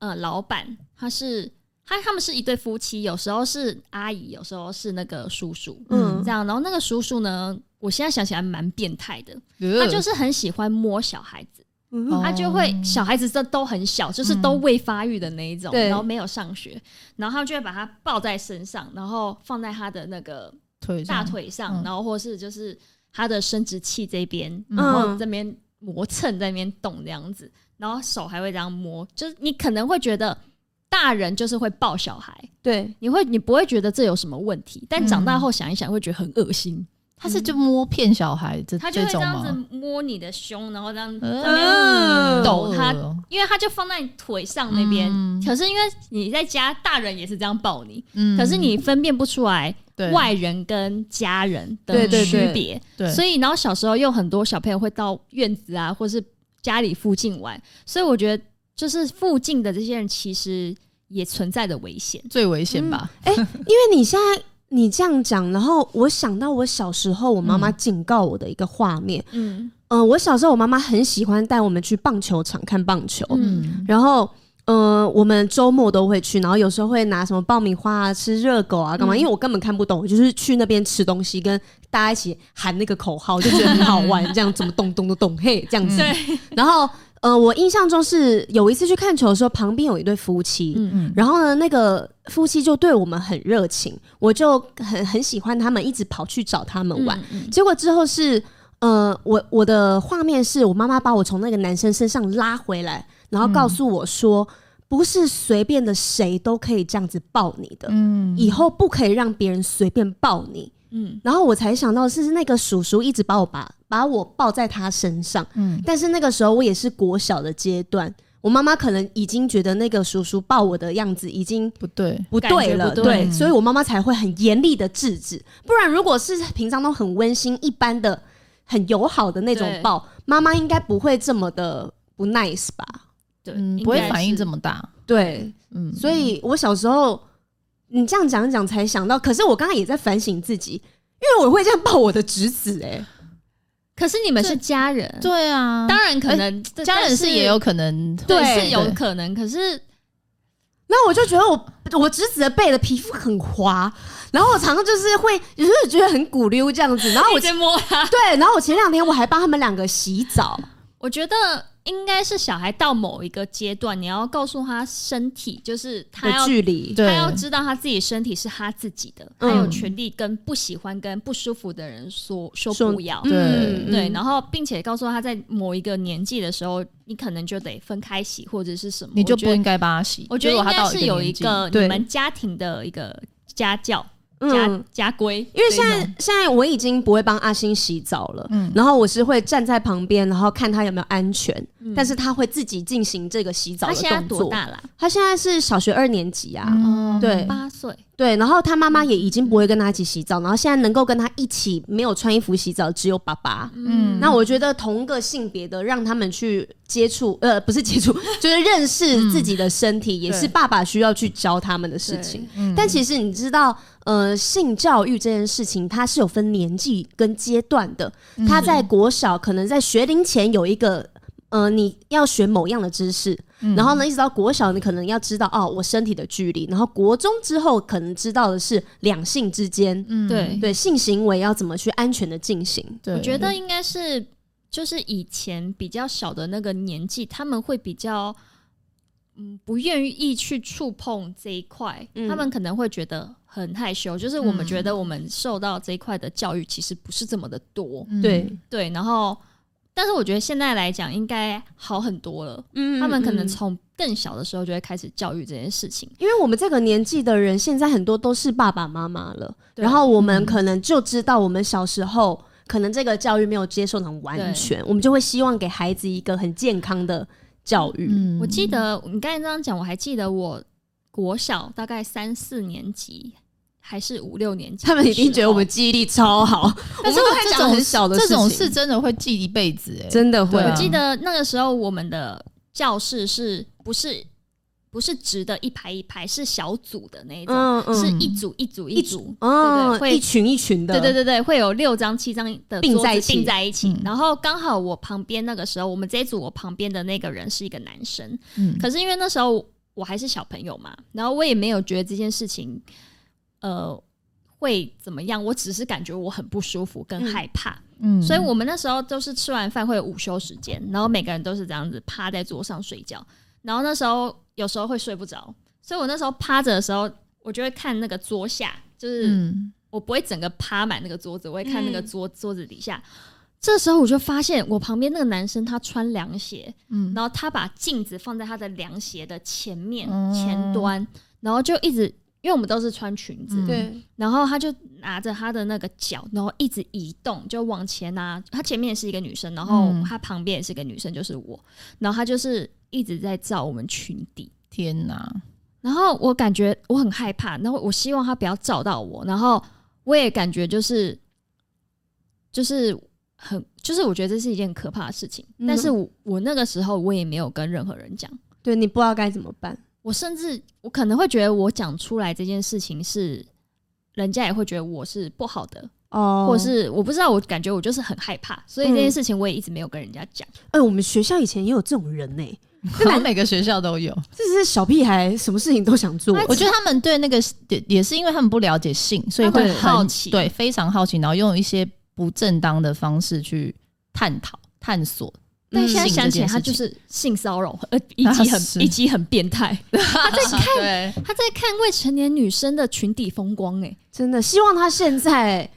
S3: 呃老板，他是他他们是一对夫妻，有时候是阿姨，有时候是那个叔叔
S2: 嗯
S3: 这样。然后那个叔叔呢，我现在想起来蛮变态的，
S4: 对
S3: 他就是很喜欢摸小孩子。
S2: 嗯
S3: 他就会小孩子这都很小，就是都未发育的那一种，
S2: 对
S3: 然后没有上学，然后他就会把他抱在身上，然后放在他的那个
S4: 腿
S3: 大腿上，
S4: 嗯
S3: 然后或是就是他的生殖器这边，
S4: 嗯
S3: 然后这边磨蹭，在那边动这样子，然后手还会这样摸，就是你可能会觉得大人就是会抱小孩，
S2: 对，
S3: 你会你不会觉得这有什么问题，但长大后想一想会觉得很恶心，
S4: 他是就摸骗小孩这
S3: 他就会
S4: 嗯
S3: 这
S4: 这种
S3: 样子
S4: 吗？
S3: 摸你的胸，然后这样子在那边
S4: 嗯
S3: 抖他
S4: 哦
S3: 因为他就放在你腿上那边。
S4: 嗯
S3: 可是因为你在家，大人也是这样抱你，
S4: 嗯
S3: 可是你分辨不出来
S4: 对
S3: 外人跟家人的
S2: 对对
S3: 区
S2: 对
S3: 别，
S4: 对，
S3: 所以然后小时候又很多小朋友会到院子啊，或是家里附近玩，所以我觉得就是附近的这些人其实也存在的危险。
S4: 最危险吧？
S2: 因为你现在。你这样讲，然后我想到我小时候我妈妈警告我的一个画面。
S3: 嗯
S2: 嗯、我小时候我妈妈很喜欢带我们去棒球场看棒球，
S3: 嗯
S2: 然后，呃，我们周末都会去，然后有时候会拿什么爆米花啊、吃热狗啊，干嘛？
S3: 嗯
S2: 因为我根本看不懂，我就是去那边吃东西，跟大家一起喊那个口号，就觉得很好玩， 这样怎么咚咚咚咚嘿这样
S3: 嗯
S2: 子。然后，呃，我印象中是有一次去看球的时候，旁边有一对夫妻，
S3: 嗯
S4: 嗯
S2: 然后呢，那个夫妻就对我们很热情，我就很很喜欢他们，一直跑去找他们玩。
S3: 嗯
S2: 结果之后是，呃，我我的画面是我妈妈把我从那个男生身上拉回来，然后告诉我说，不是随便的谁都可以这样子抱你的，
S4: 嗯
S2: 以后不可以让别人随便抱你。
S3: 嗯
S2: 然后我才想到是那个叔叔一直把我把把我抱在他身上，
S4: 嗯
S2: 但是那个时候我也是国小的阶段。我妈妈可能已经觉得那个叔叔抱我的样子已经
S4: 不对，
S2: 不对了，
S3: 感觉不对
S2: 对，所以我妈妈才会很严厉的制止。不然，如果是平常都很温馨、一般的、很友好的那种
S3: 对
S2: 抱，妈妈应该不会这么的不 nice 吧？
S3: 对，
S4: 嗯，
S3: 应
S4: 不会
S3: 该
S4: 反应
S3: 是
S4: 这么大，
S2: 对，
S4: 嗯，
S2: 所以我小时候，你这样讲一讲才想到，可是我刚刚也在反省自己，因为我会这样抱我的侄子、哎，
S3: 可是你们
S4: 这
S3: 是家人，，
S4: 对啊，
S3: 当然可能
S4: 家人是也有。可能，
S3: 但
S2: 对
S3: 对，是有
S4: 对
S3: 可能，可是
S2: 然后我就觉得我我侄子的背的皮肤很滑，然后我常常就是会，就是觉得很骨溜这样子，然后 我
S3: 我先摸他。
S2: 对，然后我前两天我还帮他们两个洗澡，
S3: 我觉得应该是小孩到某一个阶段，你要告诉他身体，就是他
S2: 的
S3: 要
S2: 距离，
S4: 对
S3: 他要知道他自己身体是他自己的，
S2: 嗯
S3: 他有权利跟不喜欢、跟不舒服的人说说
S2: 说嗯
S3: 不要。
S4: 对
S3: 嗯对，
S2: 后
S3: 然后并且告诉他在某一个年纪的时候，你可能就得分开洗或者是什么，
S4: 你就
S3: 我觉
S4: 不
S3: 得
S4: 应该把它洗。
S3: 我觉得
S4: 如
S3: 应
S4: 果他
S3: 该
S4: 到
S3: 是
S4: 个
S3: 有
S4: 年
S3: 一
S4: 纪
S3: 个
S2: 对
S3: 你们家庭的一个家教、家家规这一
S2: 嗯
S3: 种，
S2: 因为现在现在我已经不会帮阿星洗澡了，
S4: 嗯
S2: 然后我是会站在旁边，然后看他有没有安全，
S3: 嗯
S2: 但是他会自己进行这个洗澡
S3: 他
S2: 的
S3: 现在
S2: 动
S3: 多
S2: 作。
S3: 大啦？
S2: 他现在是小学二年级啊，
S4: 嗯
S2: 对
S3: 八岁。
S2: 对，然后他妈
S3: 嗯
S2: 妈也已经不会跟他一起洗澡，然后现在能够跟他一起没有穿衣服洗澡只有爸爸。
S4: 嗯
S2: 那我觉得同个性别的让他们去接触，呃，不是接触， 就是认
S3: 嗯
S2: 识自己的身体，也是
S4: 对
S2: 爸爸需要去教他们的事情。
S3: 嗯
S2: 但其实你知道，呃，性教育这件事情它是有分年纪跟阶段的。
S3: 嗯
S2: 它在国小可能在学龄前有一个，呃，你要学某样的知识，
S3: 嗯
S2: 然后呢，一直到国小你可能要知道哦，我身体的距离，然后国中之后可能知道的是两性之间、
S4: 嗯
S3: 对
S2: 对性行为要怎么去安全的进行。
S4: 对
S3: 我觉得应该是就是以前比较小的那个年纪，他们会比较嗯不愿意去触碰这一块，
S2: 嗯
S3: 他们可能会觉得很害羞。就是我们觉得我们受到这一块的教育其实不是这么的多，
S4: 嗯
S2: 对，
S3: 对。然后，但是我觉得现在来讲应该好很多了，
S2: 嗯
S3: 他们可能
S2: 嗯
S3: 从更小的时候就会开始教育这件事情。
S2: 因为我们这个年纪的人，现在很多都是爸爸妈妈了，
S3: 对
S2: 然后我
S4: 嗯
S2: 们可能就知道我们小时候。可能这个教育没有接受得很完全，我们就会希望给孩子一个很健康的教育。
S4: 嗯
S3: 我记得你刚才这样讲，我还记得我国小大概三四年级还是五六年级的时
S2: 他
S3: 候，
S2: 们一定觉得我们记忆力超好，
S4: 但是
S2: 我们都
S4: 这
S2: 在讲
S4: 种
S2: 很小的
S4: 嗯这种
S2: 事情
S4: 事真的会记一辈子哎，
S2: 真的会。
S4: 对啊
S3: 我记得那个时候我们的教室是不是不是直的一排一排，是小组的那一种，
S2: 嗯
S3: 是
S2: 嗯，
S3: 一组一组
S2: 一
S3: 一组。
S2: 哦
S3: 对对，会
S2: 一群一群的，
S3: 对对对对，会有六张七张的
S2: 并
S3: 桌子
S2: 在一起
S3: 并在一起
S4: 嗯。
S3: 然后刚好我旁边那个时候，我们这一组我旁边的那个人是一个男生，
S4: 嗯
S3: 可是因为那时候我还是小朋友嘛，然后我也没有觉得这件事情，呃，会怎么样，我只是感觉我很不舒服跟
S2: 嗯
S3: 害怕。
S4: 嗯
S3: 所以我们那时候都是吃完饭会有午休时间，然后每个人都是这样子趴在桌上睡觉，然后那时候有时候会睡不着，所以我那时候趴着的时候，我就会看那个桌下，就是
S4: 嗯
S3: 我不会整个趴满那个桌子，我会看那个桌、桌子底下。这时候我就发现我旁边那个男生他穿凉鞋，
S4: 嗯
S3: 然后他把镜子放在他的凉鞋的前面、
S4: 嗯
S3: 前端，然后就一直，因为我们都是穿裙子，
S4: 嗯
S2: 对
S3: 然后他就拿着他的那个脚，然后一直移动，就往前啊。他前面是一个女生，然后
S4: 嗯
S3: 他旁边也是一个女生，就是我。然后他就是一直在照我们裙底，
S4: 天 哪，
S3: 然后我感觉我很害怕，然后我希望他不要照到我，然后我也感觉就是就是很就是我觉得这是一件可怕的事情，
S2: 嗯
S3: 但是我我那个时候我也没有跟任何人讲。
S2: 对，你不知道该怎么办。
S3: 我甚至我可能会觉得我讲出来这件事情是，人家也会觉得我是不好的，
S2: 哦
S3: 或是我不知道，我感觉我就是很害怕，所以这
S2: 嗯
S3: 件事情我也一直没有跟人家讲。
S2: 哎、我们学校以前也有这种人呢、
S4: 可能每个学校都有。
S2: 这是小屁孩，什么事情都想做。
S4: 我觉得他们对那个也也是因为他们不了解性，所以
S3: 他们
S4: 会
S3: 很
S4: 很
S3: 好奇
S4: 对，非常好奇，然后用一些不正当的方式去探讨、探索。
S2: 嗯
S3: 但现在
S4: 性
S3: 想
S4: 这
S3: 起来，
S4: 件
S3: 他
S4: 事
S3: 就
S4: 情
S3: 是性骚扰，呃，以及
S4: 啊是
S3: 很以及很变态。
S4: 他在看， 对
S3: 他在看未成年女生的裙底风光、欸，
S2: 真的希望他现在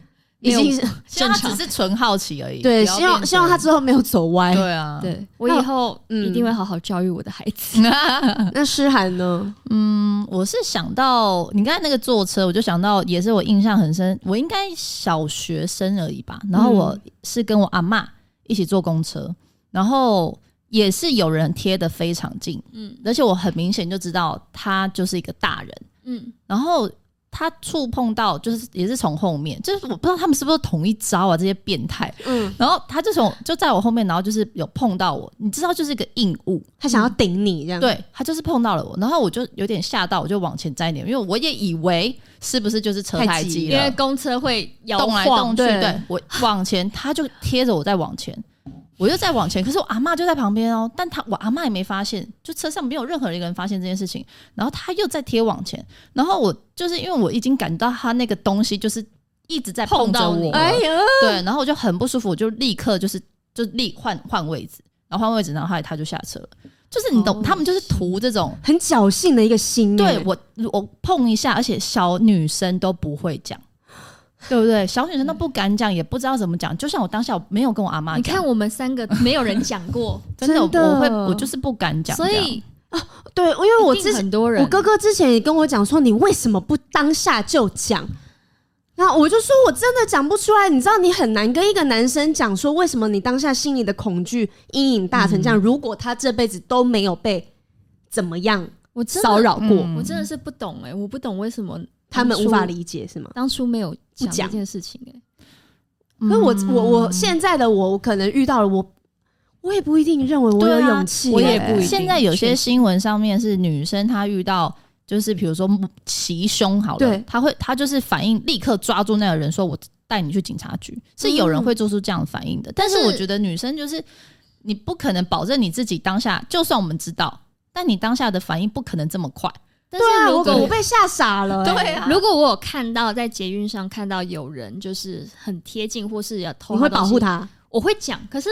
S2: 已
S3: 没有
S2: 经
S4: 希
S3: 正
S4: 望他只
S3: 常
S4: 是纯好奇而已。
S2: 对，
S4: 不要
S2: 希望
S4: 变
S2: 希望他
S4: 成
S2: 之后没有走歪。
S4: 对啊，
S3: 对我以后
S2: 嗯
S3: 一定会好好教育我的孩子。
S2: 那诗涵呢？
S4: 嗯，我是想到你刚才那个坐车，我就想到也是我印象很深，我应该小学生而已吧。然后我是跟我阿嬷一起坐公车，然后也是有人贴的非常近，
S3: 嗯
S4: 而且我很明显就知道他就是一个大人。
S3: 嗯，
S4: 然后他触碰到，就是也是从后面，就是我不知道他们是不是同一招啊，这些变态。
S2: 嗯，
S4: 然后他就从就在我后面，然后就是有碰到我，你知道，就是一个硬物，
S2: 他想要顶你这样，，
S4: 对他就是碰到了我，然后我就有点吓到，我就往前站一点，因为我也以为是不是就是车
S2: 太
S4: 太
S2: 急
S4: 激
S3: 因为
S4: 了，
S3: 公车会摇
S4: 动来动
S3: 晃，
S4: 去，
S2: 对
S4: 对我往前，他就贴着我在往前，我就在往前，可是我阿嬷就在旁边哦，但他我阿嬷也没发现，就车上没有任何一个人发现这件事情，然后他又在贴往前，然后我就是因为我已经感到他那个东西就是一直在碰
S3: 碰
S4: 着
S3: 到
S4: 我
S3: 你
S4: 了，
S2: 哎呀，
S4: 对，然后我就很不舒服，我就立刻就是就立换换位置，然后换位置，然后后来他就下车了。就是你懂，
S3: 哦
S4: 他们就是图这种，
S2: 很侥幸的一个心，
S4: 对，我我碰一下，而且小女生都不会讲，对不对？小女生都不敢讲，也不知道怎么讲。就像我当下我没有跟我阿
S2: 啊
S4: 妈
S3: 你
S4: 讲
S3: 看，我们三个没有人讲 过，
S4: 真的我
S2: 真的
S4: 我会我就是不敢讲这
S3: 所
S4: 样，
S3: 以
S2: 对，因为我
S3: 一定
S2: 之前
S3: 很多人，
S2: 我哥哥之前也跟我讲说，你为什么不当下就讲？那我就说我真的讲不出来，你知道你很难跟一个男生讲说为什么你当下心里的恐惧阴影大成这样。如果他这辈子都没有被怎么样
S3: 我真的
S2: 骚扰过，
S4: 嗯
S3: 我真的是不懂哎、我不懂为什么
S2: 他们
S3: 当初
S2: 无法理解是吗？
S3: 当初没有讲
S2: 不讲
S3: 这件事情哎、
S4: 嗯
S2: 因为我我我现在的我，我可能遇到了我，我也不一定认为我
S4: 对
S2: 有
S4: 啊
S2: 勇气、
S4: 我也
S3: 也不一定
S4: 现在有
S3: 确
S4: 些
S3: 实
S4: 新闻上面是女生她遇到。就是比如说袭胸好了
S2: 对，
S4: 她会她就是反应立刻抓住那个人说：“我带你去警察局。”是有人
S2: 嗯
S4: 会做出这样的反应的，但是
S3: 但是
S4: 我觉得女生就是你不可能保证你自己当下，就算我们知道，但你当下的反应不可能这么快。
S3: 但
S2: 对啊，
S3: 是如
S2: 我
S3: 果
S2: 我被吓傻了、欸
S4: 对啊
S3: 如果我有看到在捷运上看到有人就是很贴近或是要偷，
S2: 你会保护，他，
S3: 我会讲，可是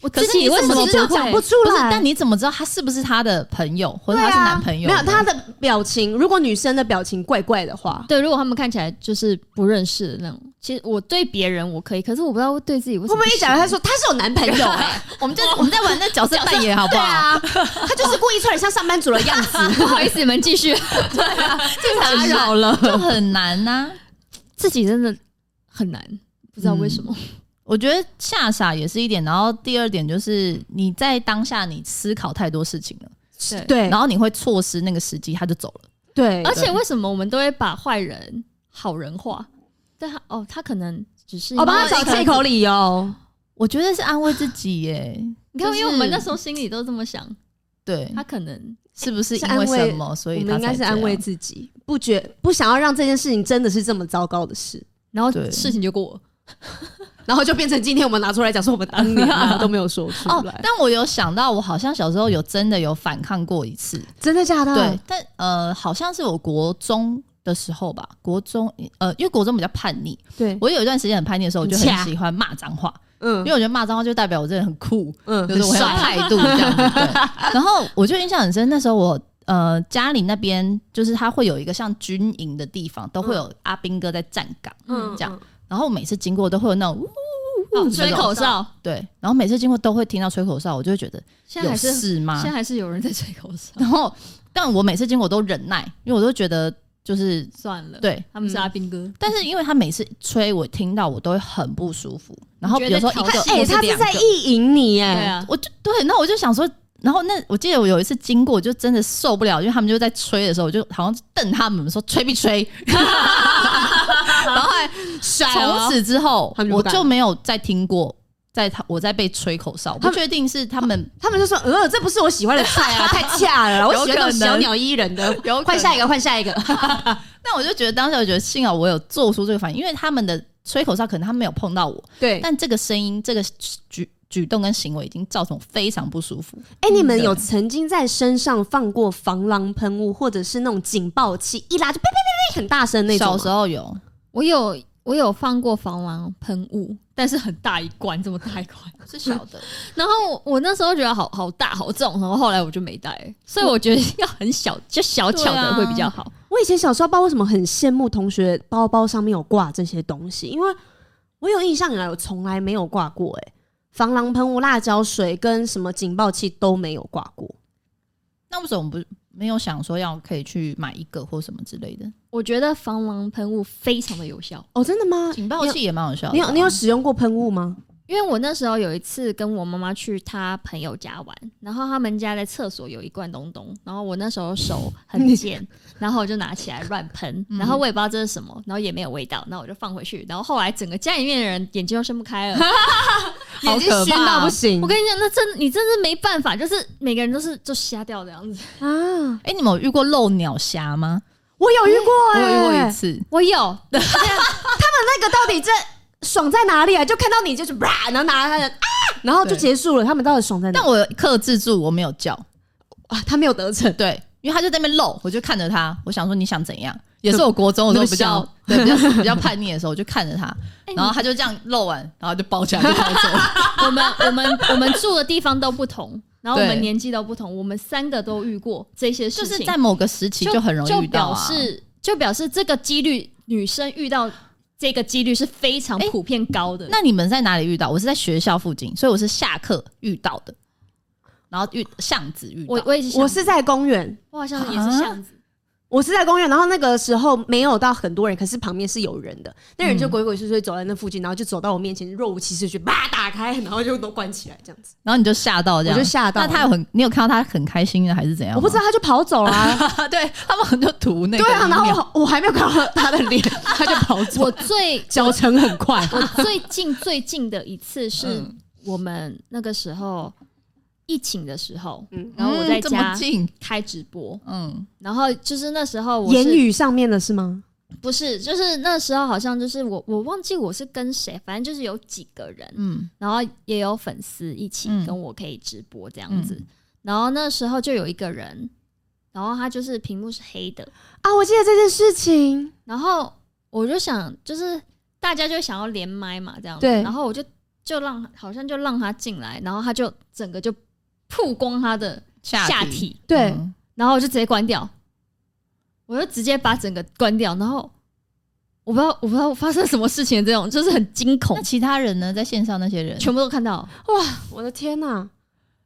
S3: 我
S4: 可是
S3: 自己
S4: 你
S3: 为
S4: 怎
S3: 什
S4: 么
S3: 么
S4: 知道
S3: 不
S2: 讲不
S3: 会？
S2: 出
S4: 不是，
S2: 来？
S4: 但你怎么知道他是不是他的朋友，或者
S2: 对
S4: 他是
S2: 啊
S4: 男朋友
S2: 没
S4: 呢？
S2: 有他的表情，如果女生的表情怪怪的话，
S3: 对，如果他们看起来就是不认识的那种，其实我对别人我可以，可是我不知道对自己为
S2: 会
S3: 什
S2: 不
S3: 么
S2: 会一
S3: 行
S2: 讲完他说他是我男朋友、欸？
S3: 哎
S4: 我们就我们在玩那角色扮演，好不
S2: 对
S4: 好？
S2: 啊，他就是故意出来像上班族的样子。 啊
S3: 不好意思，你们继续，
S4: 这
S2: 打扰
S4: 了， 就很难啊呐、
S3: 自己真的很难，不知道为什么。
S4: 我觉得吓傻也是一点，然后第二点就是你在当下你思考太多事情了，
S3: 对
S2: 嗯对
S4: 然后你会错失那个时机，他就走 了。
S2: 对
S3: 而且为什么我们都会把坏人好人化？但他哦，他可能只是
S2: 哦我帮他
S3: 因为
S2: 找借口理由。
S4: 我觉得是安慰自己耶，
S3: 你看，
S4: 就是
S3: 因为我们那时候心里都这么想，
S4: 对
S3: 他，可能
S4: 是不
S2: 是
S4: 是因为
S2: 安慰
S4: 什么，所
S2: 我
S4: 以
S2: 们
S4: 他
S2: 应该
S4: 才
S2: 是
S4: 这样
S2: 安慰自己，不觉不想要让这件事情真的是这么糟糕的事，
S3: 然后
S4: 对
S3: 事情就过了。
S2: 然后就变成今天我们拿出来讲说我们 当年啊都没有说出
S4: 哦
S2: 来，，
S4: 但我有想到，我好像小时候有真的有反抗过一次，
S2: 真的假的？
S4: 对，，但呃，好像是我国中的时候吧，国中呃，因为国中比较叛逆，
S2: 对，
S4: 我有一段时间很叛逆的时候，我就很
S2: 很恰
S4: 喜欢骂脏话，因
S2: 嗯
S4: 为我觉得骂脏话就代表我这个人很酷，
S2: 嗯，
S4: 就是我很有
S2: 帅
S4: 态度这样子。对 然后我就印象很深，那时候我呃家里那边就是他会有一个像军营的地方，都会
S3: 嗯
S4: 有阿兵哥在站岗，
S2: 嗯
S4: 这样。然后我每次经过都会有那种呜
S3: 哦
S4: 呜
S3: 吹口，哨，
S4: 对，然后每次经过都会听到吹口哨，我就会觉得
S3: 现在
S4: 有
S3: 还是现
S4: 事吗
S3: 在？还是有人在吹口哨，
S4: 然后，但我每次经过都忍耐，因为我都觉得就是
S3: 算了。，
S4: 对。
S3: 他们是阿兵哥，
S4: 但是因为他每次吹我听到我都会很不舒服，然后
S3: 你
S4: 比
S3: 觉
S4: 如
S3: 得
S4: 说一
S3: 挑
S4: 个
S3: 衅
S2: 哎、
S4: 或
S2: 他是
S4: 两
S2: 在
S4: 个
S2: 意淫你哎、
S3: 对啊，
S4: 我就对，那我就想说，然后那我记得我有一次经过，我就真的受不了，因为他们就在吹的时候，我就好像瞪他们说吹不吹。然后后来
S3: 哎
S2: 甩
S4: 从
S2: 哦，
S4: 此之后
S2: 他们，就不
S4: 我
S2: 敢
S4: 就没有再听过，在他我在被吹口哨，我
S2: 他们
S4: 不确定是他
S3: 哦
S4: 们
S2: 他们就说，呃，这不是我喜欢的菜 啊，太恰了啦，我喜欢那
S4: 有可
S2: 种
S4: 能
S2: 小鸟依人的。
S4: 有
S2: 换下一
S4: 个。
S2: 个，换下一个。
S4: 那我就觉得当时我觉得幸好我有做出这个反应，因为他们的吹口哨可能他们没有碰到我，
S2: 对，
S4: 但这个声音、这个举举动跟行为已经造成我非常不舒服。
S2: 哎、你们
S4: 对
S2: 有曾经在身上放过防狼喷雾，或者是那种警报器，一拉就哔哔哔哔很大声那种
S4: 小
S2: 吗？
S4: 时候有，
S3: 我有我有放过防狼喷雾，但是很大一罐，这么大一罐。
S4: 是小的，
S3: 然后我我那时候觉得好好大好重，然后后来我就没带，所以我觉得要很小，就小巧的会比较好。
S2: 我以前小时候，不知道为什么很羡慕同学包包上面有挂这些东西，因为我有印象以来我从来没有挂过、哎，防狼喷雾、辣椒水跟什么警报器都没有挂过。
S4: 那为什么不没有想说要可以去买一个或什么之类的？
S3: 我觉得防狼喷雾非常的有效，
S2: 哦，真的吗？
S4: 警报器也蛮好笑的啊、
S2: 你有你有使用过喷雾吗？
S4: 因
S3: 因为我那时候有一次跟我妈妈去她朋友家玩，然后他们家在厕所有一罐东东，然后我那时候手很 贱，然后我就拿起来乱喷，
S2: 嗯
S3: 然后我也不知道这是什么，然后也没有味道，然后我就放回去，然后后来整个家里面的人眼睛都睁不开 了。
S4: 好
S2: 眼睛
S4: 可
S2: 熏
S4: 怕
S2: 到不行
S3: 我跟你讲，那真你真是没办法，就是每个人都是就瞎掉的样子。
S2: 啊！
S4: 哎、你们有遇过漏鸟侠吗？
S2: 我有遇过、
S4: 我
S2: 欸，
S4: 有遇过一次，
S3: 我有，
S2: 哎那个到底这爽在哪里啊？就看到你就是啪，然后拿他的啊，然后就
S4: 对
S2: 结束了。他们到底爽在哪
S4: 但？我有克制住，我没有叫。
S2: 啊，他没有得逞。
S4: 对，因为他就在那边漏，我就看着他，我想说你想怎样？也是我国中的时候比较对比较 比较叛逆的时候，我就看着他，然后 他就这样漏完，然后就包起来就跑走了。
S3: 我们我们我们住的地方都不同，然后我
S4: 对
S3: 们年纪都不同，我们三个都遇过这些
S4: 就
S3: 事情，
S4: 是在某个时期就很容易遇到啊
S3: 就。表示就表示这个几率，女生遇到这个几率是非常
S4: 诶
S3: 普遍高的。
S4: 那你们在哪里遇到？我是在学校附近，所以我是下课遇到的，然后遇巷子遇
S3: 我
S4: 到。
S3: 我也是，
S2: 我是在公园，
S3: 我好像也是这
S4: 啊
S3: 样子，
S2: 我是在公园，然后那个时候没有到很多人，可是旁边是有人的，那人就鬼鬼祟祟走在那附近，然后就走到我面前，若无其事去叭打开，然后就都关起来这样子。
S4: 然后你就吓到这样，
S2: 我就吓到
S4: 那他有很，你有看到他很开心的还是怎样？
S2: 我不知道，，他就跑走了、啊。
S4: 对他们很多图那 个
S2: 对啊，然
S4: 鸟
S2: 后我我还没有看到他的脸，他就跑走
S3: 我
S2: 了，
S3: 最
S2: 脚程很快。
S3: 我最近 最近的一次是
S4: 嗯
S3: 我们那个时候疫情的时候，
S2: 嗯
S3: 然后我在
S4: 嗯这么
S3: 家
S4: 近，
S3: 开直播，
S4: 嗯，
S3: 然后就是那时候我 是
S2: 言语上面的是吗？
S3: 不是，就是那时候好像就是我我忘记我是跟谁，反正就是有几个人，
S4: 嗯，
S3: 然后也有粉丝一起
S4: 嗯
S3: 跟我可以直播这样子。然后那时候就有一个人，然后他就是屏幕是黑的，
S2: 啊，我记得这件事情，
S3: 然后我就想，就是大家就想要连麦嘛，这样子。
S2: 对
S3: 然后我就就让好像就让他进来，然后他就整个就曝光他的
S4: 下
S3: 下
S4: 体，
S3: 体，
S2: 对，
S4: 嗯
S3: 然后我就直接关掉，我就直接把整个关掉，然后。我不知道，我不知道发生什么事情，这种就是很惊恐
S4: 那，其他人呢？在线上那些人，
S3: 全部都看到。
S2: 我的天哪、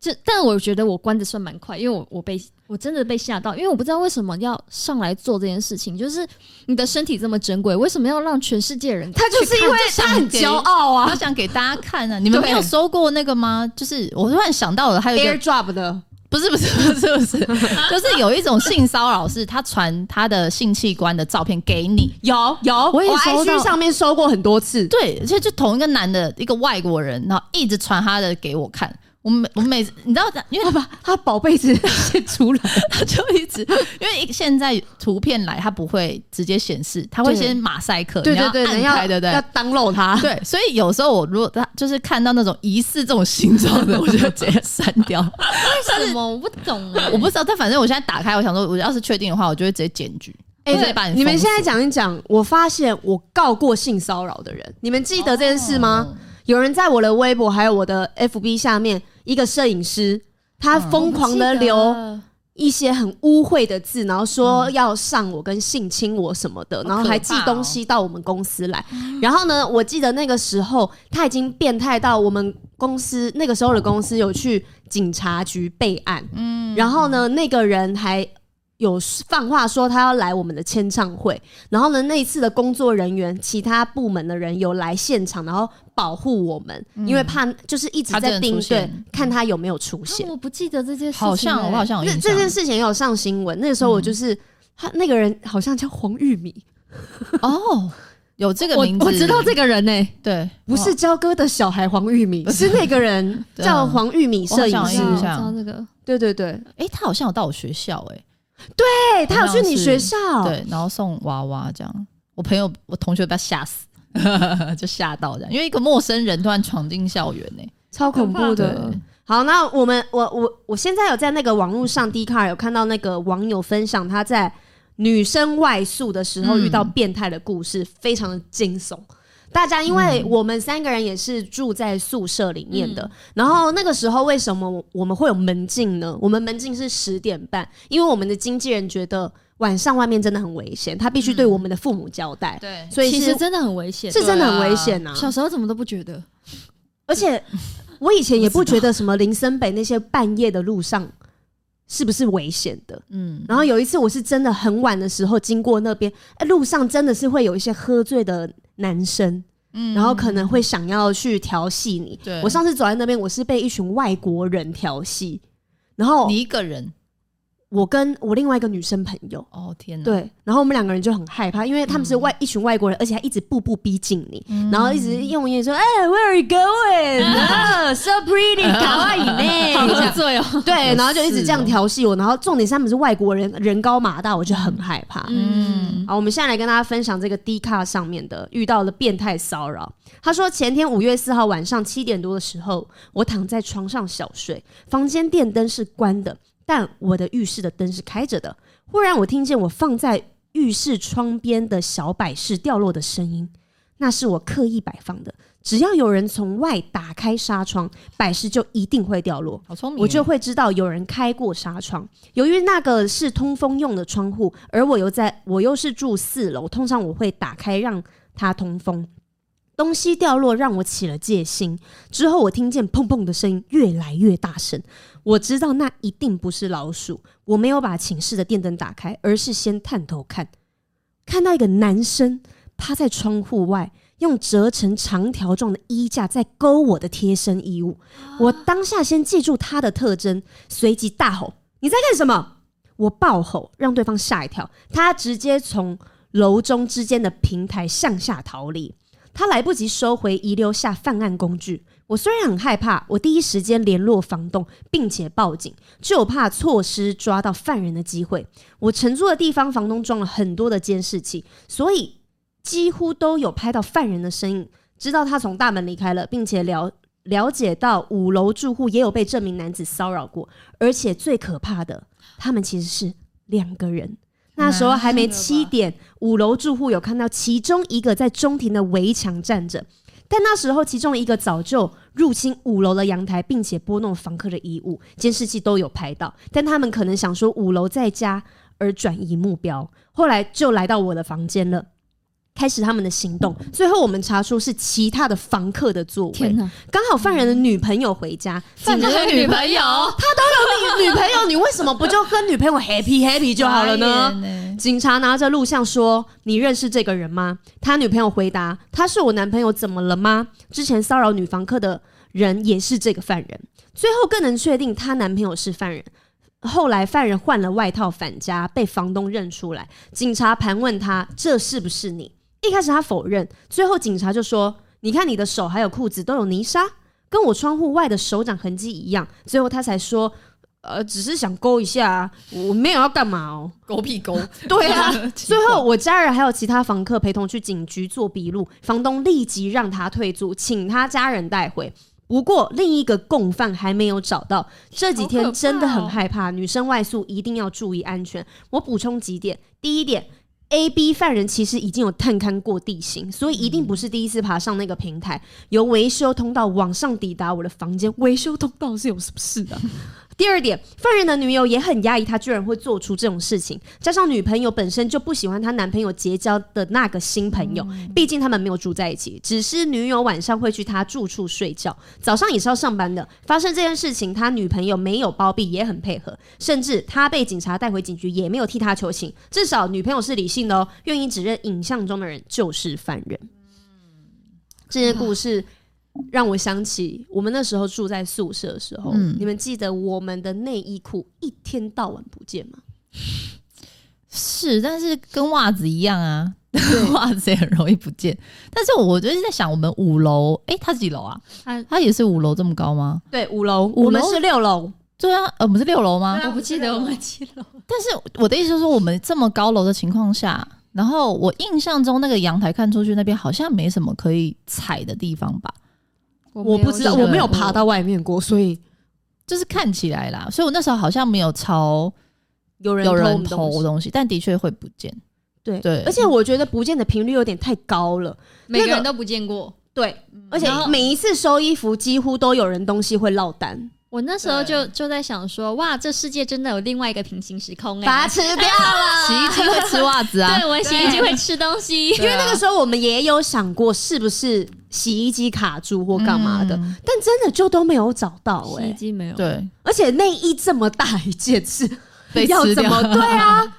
S3: 就但我觉得我关的算蛮快，因为我我被我真的被吓到，因为我不知道为什么要上来做这件事情，就是你的身体这么珍贵，为什么要让全世界人
S2: 他就是因为他很骄傲
S4: 我
S2: 啊
S4: 想给大家看啊！你们没有收过那个吗？就是我突然想到了，还有一个
S2: ，AirDrop 的，
S4: 不是不是不是不是，就是有一种性骚扰，是他传他的性器官的照片给你。
S2: 有有，我
S4: 我也收
S2: IG
S4: 到
S2: 上面收过很多次，
S4: 对，而且就同一个男的，一个外国人，然后一直传他的给我看。我每我每次你知道，因为
S2: 把他宝贝子 先出来，
S4: 他 就一直，因为一现在图片来，他不会直接显示，他会
S2: 对
S4: 先马赛克，
S2: 对对对，
S4: 你
S2: 人
S4: 要按
S2: 要
S4: 开，对不对
S2: 要？当漏他，
S4: 对，所以有时候我如果他就是看到那种疑似这种形状的，我就直接删 掉。
S3: 为什么？我不懂哎、
S4: 我不知道，但反正我现在打开，我想说，我要是确定的话，我就会直接检举，
S2: 哎
S4: 我直接把
S2: 你们
S4: 封
S2: 现
S4: 锁
S2: 在讲一讲，我发现我告过性骚扰的人，你们记得这件事吗？？有人在我的微博还有我的 FB 下面，一个摄影师，他
S4: 嗯
S2: 疯狂的留
S3: 啊
S2: 一些很污秽的字，然后说要上我跟性侵我什么的，
S4: 嗯好
S2: 然后还
S4: 可
S2: 寄
S4: 怕哦嗯
S2: 东西到我们公司来。然后呢，我记得那个时候他已经变态到我们公司那个时候的公司有去警察局备案，嗯，然后呢，那个人还。有放话说他要来我们的签唱会，然后呢，那一次的工作人员、其他部门的人有来现场，然后保护我们，因为怕就是一直
S4: 嗯他真
S2: 在
S4: 的
S2: 盯
S4: 出现
S2: 对看他有没有出现
S3: 啊。我不记得这件事情、欸，
S4: 好像我好像有
S2: 那
S4: 印
S2: 这
S4: 象嗯
S2: 件事情也有上新闻，那个时候我就是、他那个人好像叫黄玉米，
S4: 哦，有这个
S3: 我
S4: 名字，
S3: 我知道这个人呢、
S4: 对，
S2: 欸不是焦哥的小孩黄玉 米，是那个人
S4: 对啊
S2: 叫黄玉米摄
S4: 我
S2: 影
S4: 好
S2: 师
S4: 像。有印
S3: 啊知
S4: 象
S3: 道这个，
S2: 对对对，
S4: 哎、诶他好像有到我学校、诶
S2: 哎、他有去你学校？
S4: 哎，，对，然后送娃娃这样，我朋友我同学被他吓死。 就吓到这样，因为一个陌生人突然闯进校园欸呢、
S2: 超恐怖的
S4: 对。
S2: 好，那我们我我我现在有在那个网络上 d 卡有看到那个网友分享他在女生外宿的时候
S4: 嗯
S2: 遇到变态的故事，非常的惊悚。大家因为我们三个人也是住在宿舍里面的，然后那个时候为什么我我们会有门禁呢？我们门禁是十点半，因为我们的经纪人觉得晚上外面真的很危险，他必须嗯对我们的父母交代，
S4: 对
S2: 所以
S3: 其
S2: 是
S3: 实真的很危险。
S2: 是真的很危险啊
S3: 小时候怎么都不觉得，
S2: 而且我以 前也不觉得什么林森北那些半夜的路上是不是危险的。
S4: 嗯，
S2: 然后有一次我是真的很晚的时候经过那边，哎，路上真的是会有一些喝醉的男生，
S4: 嗯
S2: 然后可能会想要去调戏你。
S4: 对
S2: 我上次走在那边，我是被一群外国人调戏，然后
S4: 你一个人，
S2: 我跟我另外一个女生朋友，
S4: 哦天哪，，
S2: 对，然后我们两个人就很害怕，因为他们
S4: 嗯
S2: 是外、一群外国人，而且还一直步步逼近你，然后一直用英语说：“哎、w h e r e you going? Oh, so pretty, 卡哇伊
S3: 好
S2: 呢
S3: 喝醉哦。？”
S2: 对，然后就一直这
S4: 是
S2: 样
S4: 哦
S2: 调戏我，然后重点是他们是外国人，人高马大，我就很害怕。
S3: 嗯，
S2: 好，我们现在来跟大家分享这个 D 卡上面的遇到了变态骚扰。他说，前天五月四号晚上七点多的时候，我躺在床上小睡，房间电灯是关的，但我的浴室的灯是开着的。忽然，我听见我放在浴室窗边的小摆饰掉落的声音，那是我刻意摆放的。只要有人从外打开纱窗，摆饰就一定会掉落。
S4: 好聪明，
S2: 我就会知道有人开过纱窗。由于那个是通风用的窗户，而我又在我又是住四楼，通常我会打开让它通风。东西掉落让我起了戒心。之后我听见砰砰的声音越来越大声，我知道那一定不是老鼠。我没有把寝室的电灯打开，而是先探头看，看到一个男生趴在窗户外，用折成长条状的衣架在勾我的贴身衣物。我当下先记住他的特征，随即大吼：“你在干什么？”我暴吼，让对方吓一跳。他直接从楼中之间的平台向下逃离。他来不及收回遗留下犯案工具。我虽然很害怕，我第一时间联络房东，并且报警，就怕错失抓到犯人的机会。我乘住的地方，房东装了很多的监视器，所以几乎都有拍到犯人的身影，知道他从大门离开了，并且了了解到五楼住户也有被这名男子骚扰过，而且最可怕的，他们其实是两个人。那时候还没七点，五楼住户有看到其中一个在中庭的围墙站着，但那时候其中一个早就入侵五楼的阳台，并且拨弄房客的衣物，监视器都有拍到，但他们可能想说五楼在家而转移目标，后来就来到我的房间了。开始他们的行动，最后我们查出是其他的房客的作为
S3: 天。哪，
S2: 刚好犯人的女朋友回 家，
S3: 犯人的女朋友，
S2: 你女朋友，你为什么不就跟女朋友 happy happy 就好了呢？
S4: 傻 眼欸？
S2: 警察拿着录像说：“你认识这个人吗？”他女朋友回答：“他是我男朋友，怎么了吗？”之前骚扰女房客的人也是这个犯人。最后更能确定她男朋友是犯人。后来犯人换了外套返家，被房东认出来。警察盘问他：“这是不是你？”一开始他否认，最后警察就说：“你看你的手还有裤子都有泥沙，跟我窗户外的手掌痕迹一样。”最后他才说。呃，只是想勾一下啊，我没有要干嘛哦。
S4: 狗屁 狗，
S2: 对啊，
S4: 奇怪
S2: 最后，我家人还有其他房客陪同去警局做笔录，房东立即让他退租，请他家人带回。不过，另一个共犯还没有找到，这几
S3: 好可怕
S2: 天
S3: 哦
S2: 真的很害怕。女生外宿一定要注意安全。我补充几点：第一点，A、B 犯人其实已经有探勘过地形，所以一定不是第一次爬上那个平台，由维修通道往上抵达我的房间。维修通道是有什么事啊的？第二点，犯人的女友也很压抑，她居然会做出这种事情。加上女朋友本身就不喜欢她男朋友结交的那个新朋友，毕竟他们没有住在一起，只是女友晚上会去他住处睡觉，早上也是要上班的。发生这件事情，他女朋友没有包庇，也很配合，甚至他被警察带回警局，也没有替他求情。至少女朋友是理性的哦，愿意指认影像中的人就是犯人。这些故事让我想起我们那时候住在宿舍的时候，
S4: 嗯
S2: 你们记得我们的内衣裤一天到晚不见吗？
S4: 是，但是跟袜子一样啊， 袜子也很容易不见。但是我就是在想，我们五楼，诶，它几楼啊？
S3: 他
S4: 它也是五楼这么高吗？
S2: 对，五楼，
S4: 楼
S2: 我们是六楼，
S4: 对啊，呃，我们是六楼吗？
S3: 我不记得我们记了。
S4: 但是我的意思是说，我们这么高楼的情况下，然后我印象中那个阳台看出去那边好像没什么可以踩的地方吧，
S2: 我不知道，
S4: 记得
S2: 我没有爬到外面过，所以
S4: 就是看起来啦。所以我那时候好像没有朝
S2: 有人
S4: 有人
S2: 偷我们
S4: 偷
S2: 东西
S4: 东西，但的确会不见。
S2: 对
S4: 对
S2: 而且我觉得不见的频率有点太高了。
S3: 每个
S2: 那
S3: 人
S2: 个
S3: 都不见过。
S2: 对，
S4: 嗯
S2: 而且
S3: 然后
S2: 每一次收衣服，几乎都有人东西会落单，
S3: 我那时候
S4: 对
S3: 就就在想说，哇，这世界真的有另外一个平行时空
S2: 把它
S3: 哎、
S2: 吃掉了。
S4: 洗衣机会吃袜子啊，
S3: 对，我洗衣机会吃东西，
S2: 因为那个时候我们也有想过是不是洗衣机卡住或干嘛的，
S4: 嗯
S2: 但真的就都没有找到哎、
S3: 洗衣机没有。
S4: 对，
S2: 而且内衣这么大一件事，
S4: 被
S2: 要
S4: 吃
S2: 怎
S4: 掉
S2: 么对啊？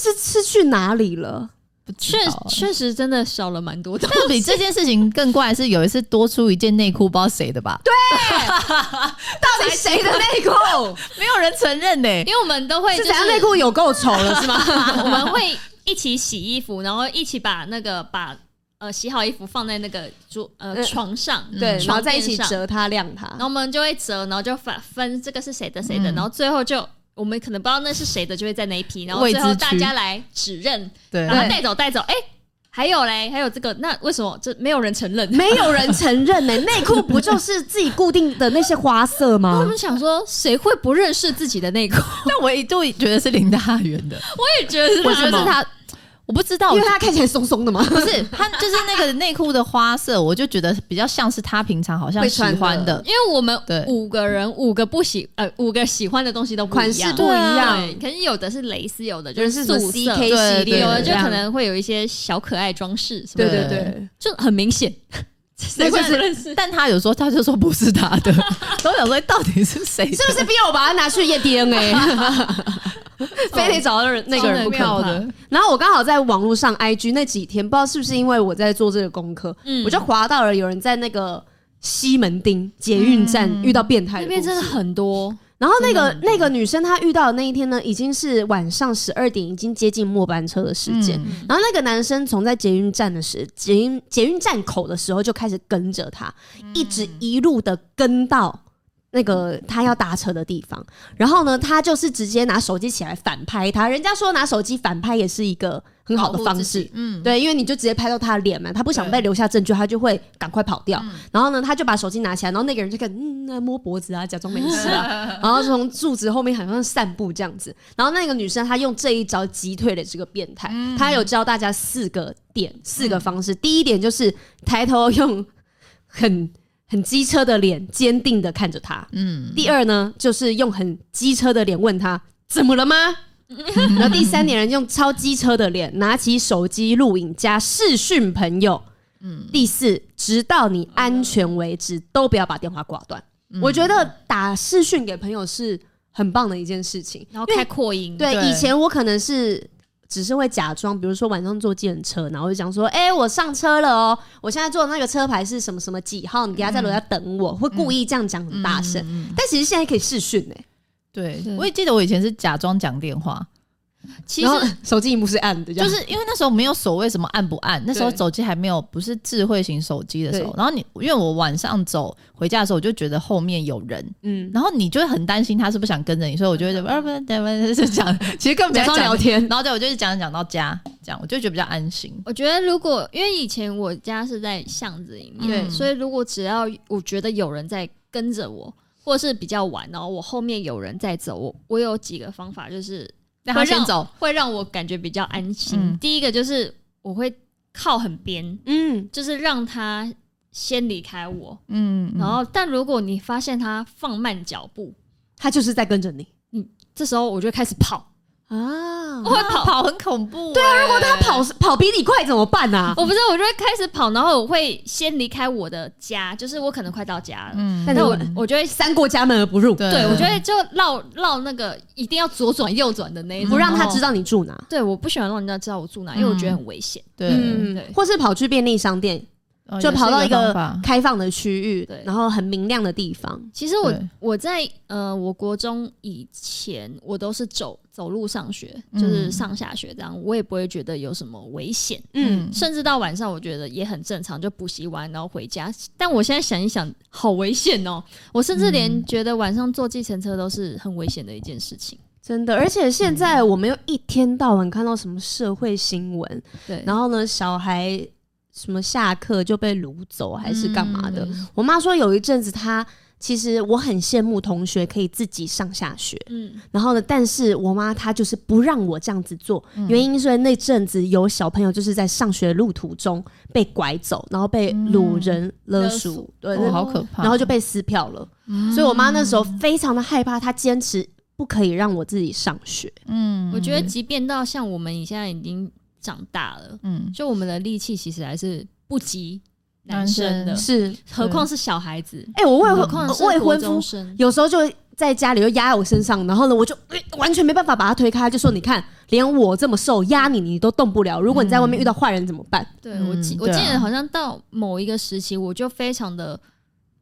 S2: 是吃去哪里了？
S4: 不知
S3: 确
S4: 道欸
S3: 确实真的少了蛮多的。
S4: 但比这件事情更怪的是，有一次多出一件内裤，不知道谁的吧？对，
S2: 到 底谁的内裤？
S4: 没有人承认呢、
S3: 因为我们都会
S2: 是
S3: 就
S2: 怎样内裤有够丑了是吗？
S3: 我们会一起洗衣服，然后一起把那个把呃洗好衣服放在那个桌呃
S2: 嗯
S3: 床上，
S2: 对，然后
S3: 床
S2: 在一
S3: 垫
S2: 起
S3: 上，
S2: 折它晾它
S3: 然。后我们就会折，然后就分分这个是谁的谁的，
S4: 嗯
S3: 然后最后就我们可能不知道那是谁的，就会在那一批，然后
S4: 未
S3: 最后
S4: 知
S3: 大
S4: 区
S3: 家来指认，
S4: 对，
S3: 然后带走带走，哎、还有嘞，还有这个，那为什么这没有人承认？
S2: 没有人承认欸呢、 内裤不就是自己固定的那些花色
S3: 我
S2: 吗？
S3: 们想说，谁会不认识自己的 内裤？
S4: 但我一度觉得是林大元 的，
S3: 我也觉得是
S4: 我觉得
S3: 他
S4: 是他，我不知道，
S2: 因
S4: 我
S2: 为它看起来松松的嘛。
S4: 不是他就是那个内裤的花色，我就觉得比较像是他平常好像
S2: 会
S4: 喜
S2: 穿的
S4: 欢的，
S3: 因为我们
S4: 对
S3: 五个人，五个不喜呃，五个喜欢的东西都不
S2: 款
S3: 一
S2: 式
S3: 样，
S2: 不一样
S3: 对可能有的是蕾丝，有的
S2: 有
S3: 就
S2: 人是什
S3: 素
S2: 么
S3: 色，
S2: CK
S3: 有
S4: 对
S2: 系列
S3: 的
S2: 的，
S3: 就可能会有一些小可爱装饰什
S2: 对
S3: 么的，
S2: 对
S4: 对
S2: 对，
S3: 就很明显， 谁
S4: 难
S3: 会
S4: 怪
S3: 不认识？
S4: 但他有时候他就说不是他的，然后我想说到底是谁的？
S2: 是不是逼我把它拿去欸验 DNA？非得找到人那个人不可
S3: 超
S4: 妙
S3: 能
S4: 的？
S2: 然后我刚好在网络上 IG 那几天，不知道是不是因为我在做这个功课，
S3: 嗯
S2: 我就滑到了有人在那个西门町捷运站遇到变态
S3: 那
S2: 的
S3: 边
S2: 故事
S3: 真的很多，
S2: 然后那个
S4: 真的很多
S2: 那个女生她遇到的那一天呢，已经是晚上十二点，已经接近末班车的时间。
S4: 嗯
S2: 然后那个男生从在捷运站的时，捷运捷运站口的时候就开始跟着她，一直一路的跟到那个她要搭车的地方。然后呢，她就是直接拿手机起来反拍她。人家说拿手机反拍也是一个很好的方式，
S4: 嗯，
S2: 对，因为你就直接拍到他的脸嘛，他不想
S4: 对嗯
S2: 被留下证据，他就会赶快跑掉。然后呢，他就把手机拿起来，然后那个人就开始嗯那摸脖子啊，假装没事啊，然后从柱子后面好像散步这样子。然后那个女生她用这一招击退了这个变态，她有教大家四个点，四个方式。第一点就是抬头用很。很机车的脸，坚定的看着他。
S4: 嗯，
S2: 第二呢，就是用很机车的脸问他怎么了吗？ 然后第三点人用超机车的脸拿起手机录影加视讯朋友。第四，直到你安全为止，都不要把电话挂断。
S4: 嗯
S2: 我觉得打视讯给朋友是很棒的一件事情。
S3: 然后开扩音，
S2: 对，
S4: 嗯对
S2: 以前我可能是。只是会假装，比如说晚上坐计程车，然后就讲说：“哎、我上车了哦、我现在坐的那个车牌是什么什么几号，你等一下在楼下等
S4: 嗯
S2: 我。会故意这样讲很大声，但其实现在可以视讯欸呢、
S4: 对
S3: 对，
S4: 我也记得我以前是假装讲电话，
S3: 其
S2: 然后
S3: 实
S2: 手机屏幕是暗的，这
S4: 就
S2: 样
S4: 是因为那时候没有所谓什么按不按，那时候
S2: 对
S4: 手机还没有不是智慧型手机的时候
S2: 对，
S4: 然后你因为我晚上走回家的时候，我就觉得后面有人，
S2: 嗯，
S4: 然后你就会很担心他是不是想跟着你，所以我就会怎么不怎么就讲，其实根本
S2: 假
S4: 没有
S2: 装聊
S4: 讲，
S2: 天，
S4: 然后对我就是讲讲到家，这样我就觉得比较安心。
S3: 我觉得如果因为以前我家是在巷子里面，
S4: 对
S3: 所以如果只要我觉得有人在跟着我，或是比较晚，然后我后面有人在走，我我有几个方法就是。
S4: 让他先走，
S3: 会让我感觉比较安心。
S4: 嗯
S3: 第一个就是我会靠很边，
S2: 嗯，
S3: 就是让他先离开我。
S4: 嗯，
S3: 然后，但如果你发现他放慢脚步，
S2: 他就是在跟着你
S3: 这时候我就开始跑，
S2: 啊
S3: 我。会跑，
S4: 跑很恐怖、对嗯啊，如果
S2: 他跑跑比你快怎么办啊？
S3: 我不是，我就会开始跑，然后我会先离开我的家，就是我可能快到家了，
S4: 嗯
S2: 但
S3: 那
S2: 是
S3: 我我就会。
S2: 三过家门而不入，
S4: 对
S3: 对，我就
S2: 嗯
S3: 会就绕绕那个一定要左转右转的那一种，
S4: 嗯
S2: 不让
S4: 哦
S2: 他知
S3: 道。
S2: 道你住哪。
S3: 对，我不喜欢让人家知道我住哪，因为我觉得很危险。
S4: 对，
S2: 嗯
S3: 对，
S2: 或是跑去便利商店，
S4: 哦
S2: 就跑到一
S4: 也是
S2: 个
S4: 个方法
S2: 开放的区域
S3: 对，
S2: 然后很明亮的地方。
S3: 其实我
S4: 对
S3: 我在呃，我国中以前我都是走走路上学，就是
S4: 嗯
S3: 上下学这样，我也不会觉得有什么危险，
S2: 嗯，
S3: 甚至到晚上我觉得也很正常，就补习完然后回家。但我现在想一想，好危险哦！我甚至
S4: 嗯
S3: 连觉得晚上坐计程车都是很危险的一件事情。
S2: 真的。而且现在我们又一天到晚看到什么社会新闻，
S3: 对，
S4: 嗯
S2: 然后呢，小孩什么下课就被掳走还是干嘛的？
S3: 嗯
S2: 我妈说有一阵子她。其实我很羡慕同学可以自己上下学，
S3: 嗯，
S2: 然后呢，但是我妈她就是不让我这样子做，
S3: 嗯
S2: 原因是因为那阵子有小朋友就是在上学路途中被拐走，然后被掳人勒
S3: 嗯勒
S2: 赎
S3: 索，
S2: 对，
S4: 哦
S2: 那
S4: 好可怕，
S2: 然后就被撕票了。所以我妈那时候非常的害怕，她坚持不可以让我自己上学。
S4: 嗯
S3: 我觉得即便到像我们现在已经长大了，
S4: 嗯
S3: 就我们的力气其实还是不及男
S4: 男
S3: 生
S4: 生
S3: 的，
S2: 是，
S3: 何况是小孩子。
S2: 哎、我未
S3: 何
S2: 婚
S3: 况是
S2: 未
S3: 国
S2: 婚
S3: 中
S2: 夫，
S3: 生，
S2: 有时候就在家里就压在我身上，然后呢，我就、呃完全没办法把他推开，他就说你看，连我这么瘦压你，你都动不了。如果你在外面遇到坏人怎么办？
S3: 对我记、
S4: 嗯
S3: 我记
S4: 对啊
S3: 得好像到某一个时期，我就非常的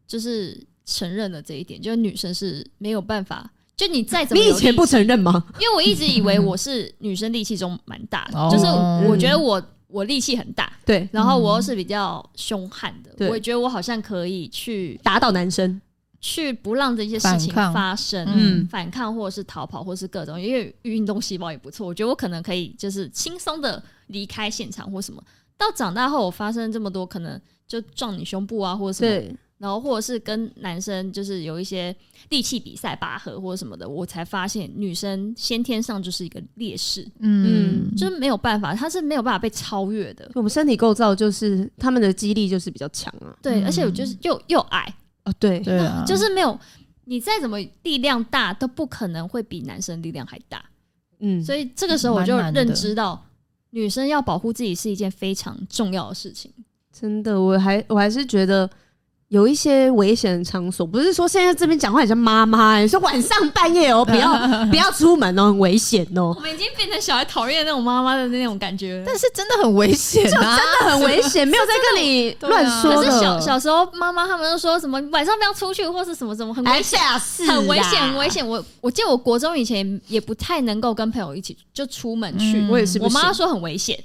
S3: 就是承认了这一点，就是女生是没有办法，就你再怎么
S2: 你以
S3: 有
S2: 前
S3: 力
S2: 不嗯承认 吗？
S3: 因为我一直以为我是女生力气中蛮大的，
S4: 哦
S3: 就是我
S2: 嗯
S3: 觉得我我力气很大，
S2: 对，
S3: 然后我又是比较凶悍
S2: 嗯对
S3: 的，我也觉得我好像可以去
S2: 打倒男生，
S3: 去不让这些事情
S4: 反抗
S3: 发生，
S4: 嗯
S3: 反抗或者是逃跑，或是各种，因为运动细胞也不错，我觉得我可能可以就是轻松的离开现场或什么。到长大后，我发生这么多，可能就撞你胸部啊，或者什么
S2: 对，
S3: 然后或者是跟男生就是有一些力气比赛、拔河或者什么的，我才发现女生先天上就是一个劣势，
S4: 嗯，
S3: 就是没有办法，她是没有办法被超越的。
S2: 我们身体构造就是他们的肌力就是比较强啊。
S4: 嗯
S3: 对，而且我就是又又矮，
S2: 哦，对，
S4: 对啊，
S3: 就是没有你再怎么力量大，都不可能会比男生力量还大。
S2: 嗯，
S3: 所以这个时候我就
S4: 蛮难的
S3: 认知到，女生要保护自己是一件非常重要的事情。
S2: 真的，我还我还是觉得有一些危险的场所，不是说现在这边讲话很像妈妈、欸，说晚上半夜哦、不 要不要出门哦、很危险哦、
S3: 我们已经变成小孩讨厌那种妈妈的那种感觉了。
S4: 但是真的很危险啊，
S2: 真的很危险，没有在跟你乱说
S3: 可是
S2: 的。
S3: 小小时候，妈妈他们都说什么晚上不要出去，或是什么什么很危
S2: 哎
S3: 险，
S2: 吓死，
S3: 很危险，很危。险。我我记得我国中以前也不太能够跟朋友一起就出门去，
S4: 嗯
S2: 我也是不
S3: 我
S2: 行，
S3: 妈说很危险。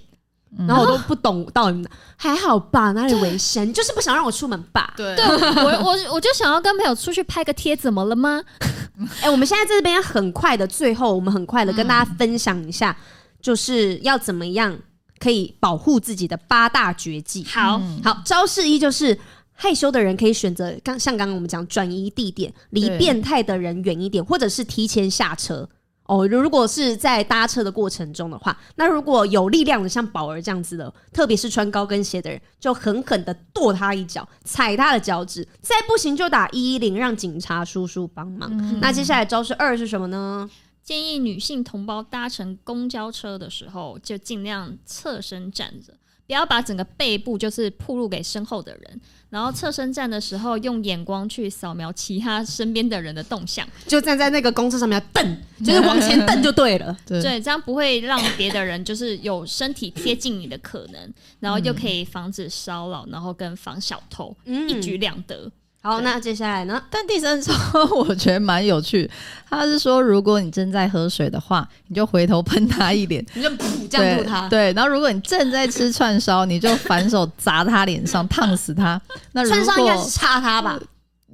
S2: 然后我都不懂到底哪还好吧，哪里危险？你就是不想让我出门吧？
S4: 嗯对
S3: 对，我我我就想要跟朋友出去拍个贴，怎么了吗？
S2: 哎、我们现在这边很快的，最后我们很快的跟大家分享一下，就是要怎么样可以保护自己的八大绝技。
S3: 好，
S2: 好，招式一就是害羞的人可以选择刚像刚刚我们讲转移地点，离
S4: 对
S2: 变态的人远一点，或者是提前下车。哦，如如果是在搭车的过程中的话，那如果有力量的像宝儿这样子的，特别是穿高跟鞋的人，就狠狠的跺他一脚，踩他的脚趾，再不行就打一一零，让警察叔叔帮忙。
S3: 嗯
S2: 那接下来招式二是什么呢？
S3: 建议女性同胞搭乘公交车的时候，就尽量侧身站着，不要把整个背部就是暴露给身后的人。然后侧身站的时候，用眼光去扫描其他身边的人的动向，
S2: 就站在那个公车上面要蹬，就是往前蹬就对了。
S4: 对
S3: 对，这样不会让别的人就是有身体贴近你的可能，然后又可以防止骚扰，然后跟防小偷，
S2: 嗯
S3: 一举两得。
S2: 好，那接下来呢？
S4: 但第三招 我觉得蛮有趣，他是说如果你正在喝水的话，你就回头喷他一脸，
S2: 你就噗这样
S4: 对
S2: 跺他。
S4: 对，然后如果你正在吃串烧，你就反手砸他脸上，烫死 他。那
S2: 穿
S4: 如
S2: 上应该是
S4: 果
S2: 插他吧？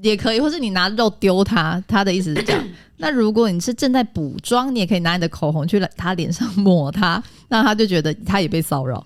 S4: 也可以，或是你拿肉丢他，他的意思是这样。 那如果你是正在补妆，你也可以拿你的口红去他脸上抹他，那他就觉得他也被骚 扰。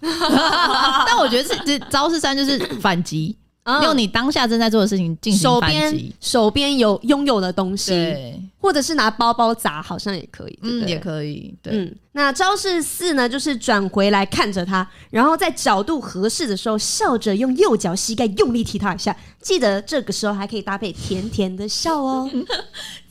S4: 但我觉得这这招式三就是反击，
S2: 啊
S4: 用你当下正在做的事情进
S2: 手
S4: 行反
S2: 边
S4: 击。
S2: 手边有拥有的东西，
S4: 对，
S2: 或者是拿包包砸，好像也可以。对不
S4: 嗯，
S2: 对
S4: 也可以，对，
S2: 嗯，那招式四呢，就是转回来看着他，然后在角度合适的时候，笑着用右脚膝盖用力踢他一下。记得这个时候还可以搭配甜甜的笑哦。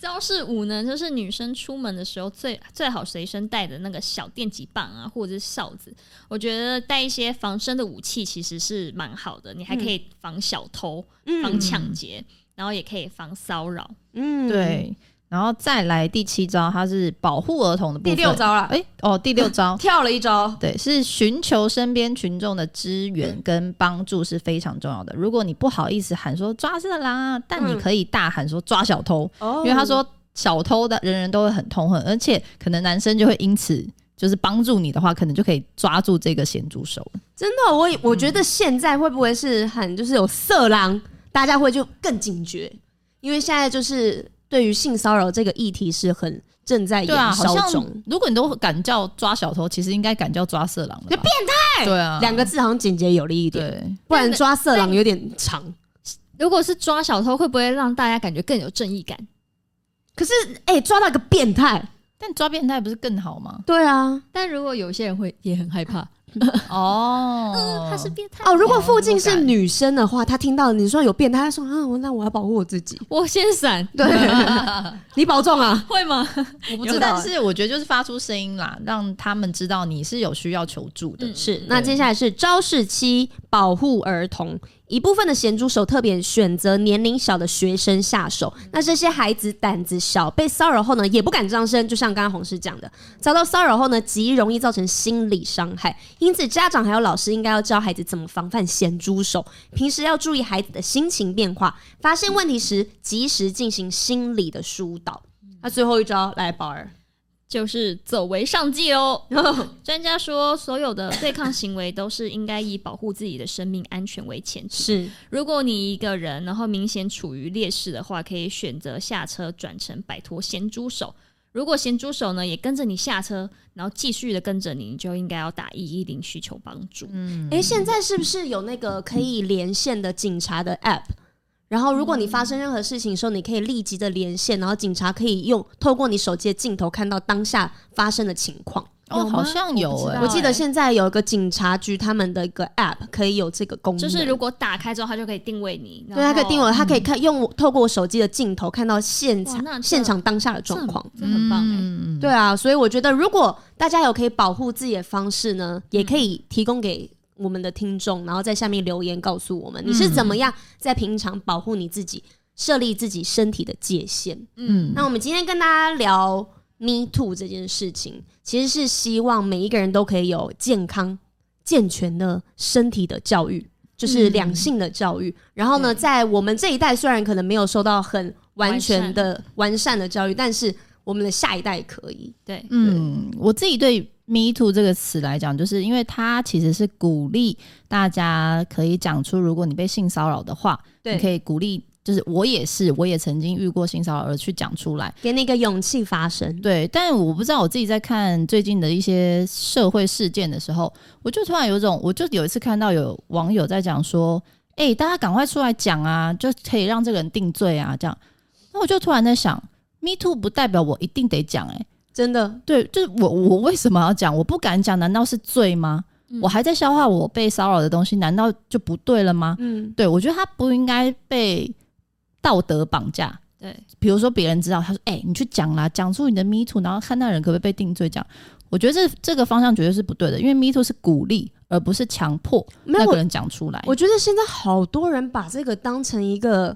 S3: 招式五呢，就是女生出门的时候最最好随身带的那个小电击棒啊，或者是哨子。我觉得带一些防身的武器其实是蛮好的，你还可以防小偷、防
S2: 嗯
S3: 抢劫，然后也可以防骚扰。
S2: 嗯，
S4: 对。然后再来第七招，它是保护儿童的部
S2: 第
S4: 分。
S2: 六，招了，，
S4: 哎、哦，第六招
S2: 跳了一招。
S4: 对，是寻求身边群众的支援跟帮助是非常重要的。如果你不好意思喊说抓色狼啊，但你
S2: 嗯
S4: 可以大喊说抓小偷，
S2: 哦
S4: 因为他说小偷的人人都会很痛恨，而且可能男生就会因此就是帮助你的话，可能就可以抓住这个咸猪手了。
S2: 真的，我我觉
S4: 嗯
S2: 得现在会不会是很就是有色狼，大家会就更警觉，因为现在就是对于性骚扰这个议题是很正在
S4: 对啊，
S2: 燃
S4: 好
S2: 烧
S4: 像
S2: 中。
S4: 如果你都敢叫抓小偷，其实应该敢叫抓色狼了吧。
S2: 就
S4: 变态对啊，
S2: 两、个字好像简洁有力一点，
S4: 对。
S2: 不然抓色狼有点长。
S3: 如果是抓小偷，会不会让大家感觉更有正义感？
S2: 可是，哎、抓到一个变态，？
S4: 但抓变态不是更好吗
S2: 对啊，
S3: 但如果有些人会也很害怕，
S4: 哦，
S3: 他是变态
S2: 哦，
S4: 哎
S2: 如果附近
S4: 不
S2: 是
S4: 敢
S2: 女生的话，她听到你说有变态，她说啊，我那我要保护我自己。
S3: 我先闪，
S2: 对，你保重啊，
S3: 会吗？
S4: 我不
S2: 有
S4: 知
S2: 道
S4: 道，但是我觉得就是发出声音啦，让他们知道你是有需要求助的。
S3: 嗯
S2: 是，那接下来是招式七，保护儿童。一部分的咸猪手特别选择年龄小的学生下手，
S3: 嗯
S2: 那这些孩子胆子小，被骚扰后呢也不敢张声，就像刚刚红师讲的，遭到骚扰后呢极容易造成心理伤害，因此家长还有老师应该要教孩子怎么防范咸猪手，平时要注意孩子的心情变化，发现问题时及时进行心理的疏导。那最后一招来宝儿，
S3: 就是走为上计 哦。专家说，所有的对抗行为都是应该以保护自己的生命安全为前提。
S2: 是
S3: 如果你一个人，然后明显处于劣势的话，可以选择下车转乘，摆脱咸猪手。如果咸猪手呢也跟着你下车，然后继续的跟着你，你就应该要打一一零需求帮助。
S2: 哎、现在是不是有那个可以连线的警察的 app？然后，如果你发生任何事情的时候，你可以立即的连线，然后警察可以用透过你手机的镜头看到当下发生的情况。
S4: 哦，好像有
S3: 我不知
S4: 哎、
S3: 道
S2: 我记得现在有一个警察局他们的一个 app 可以有这个功能，
S3: 就是如果打开之后，它就可以定位你，嗯
S2: 对，它可以定
S3: 位，
S2: 位，它可以看用我透过我手机的镜头看到现
S3: 哇那
S2: 场
S3: 这
S2: 现场当下的
S3: 这
S2: 状况。
S3: 这很棒哎、
S4: 嗯，
S2: 对啊，所以我觉得如果大家有可以保护自己的方式呢，也可以提供给我们的听众，然后在下面留言告诉我们你是怎么样在平常保护你自己，设立自己身体的界限。
S4: 嗯，
S2: 那我们今天跟大家聊 Me Too 这件事情，其实是希望每一个人都可以有健康、健全的身体的教育，就是两性的教育。然后呢，
S3: 对
S2: 在我们这一代虽然可能没有受到很完全的完善的教育，但是我们的下一代可以。
S3: 对，
S4: 嗯，我自己对 “me too” 这个词来讲，就是因为它其实是鼓励大家可以讲出，如果你被性骚扰的话，
S2: 对
S4: 你可以鼓励，就是我也是，我也曾经遇过性骚扰而去讲出来。
S2: 给你一个勇气发声。
S4: 对，但我不知道我自己在看最近的一些社会事件的时候，我就突然有一种，我就有一次看到有网友在讲说：“哎、大家赶快出来讲啊，就可以让这个人定罪啊。”这样，那我就突然在想，“me too” 不代表我一定得讲、欸，
S2: 真的，
S4: 对，就是我我为什么要讲？我不敢讲，难道是罪吗？我还在消化我被骚扰的东西，难道就不对了吗？
S2: 嗯，
S4: 对，我觉得他不应该被道德绑架。
S3: 对，
S4: 比如说别人知道，他说：“哎、你去讲啦，讲出你的 me too，然后看那人可不可以被定罪。”这样，我觉得这这个方向绝对是不对的，因为 me too 是鼓励，而不是强迫
S2: 没
S4: 那
S2: 有
S4: 个
S2: 我，
S4: 人讲出来。
S2: 我觉得现在好多人把这个当成一个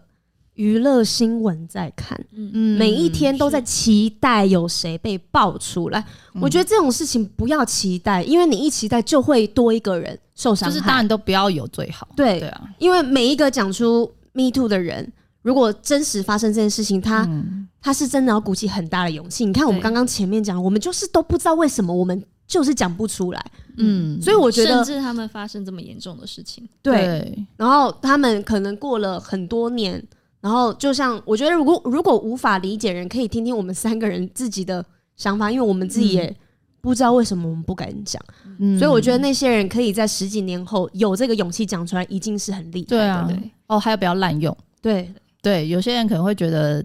S2: 娱乐新闻在看，
S3: 嗯，
S4: 嗯
S2: 每一天都在期待有谁被爆出来。
S4: 嗯
S2: 我觉得这种事情不要期待，因为你一期待就会多一个人受伤
S4: 就
S2: 害。
S4: 是当然都不要有最好。
S2: 对
S4: 对啊，
S2: 因为每一个讲出 “me too” 的人，如果真实发生这件事情，他、
S4: 嗯
S2: 他是真的要鼓起很大的勇气。你看我们
S3: 对
S2: 刚刚前面讲，我们就是都不知道为什么，我们就是讲不出来。
S4: 嗯，
S2: 所以我觉
S3: 甚
S2: 得
S3: 至他们发生这么严重的事情，
S2: 对，
S4: 对
S2: 然后他们可能过了很多年，然后就像我觉得，如果如果无法理解人，可以听听我们三个人自己的想法，因为我们自己也不知道为什么我们不敢讲，
S4: 嗯
S2: 所以我觉得那些人可以在十几年后有这个勇气讲出来，已经是很厉害
S4: 对
S2: 的。
S4: 啊
S3: 对，
S4: 哦，还有不要滥用。
S2: 对，
S4: 对，有些人可能会觉得，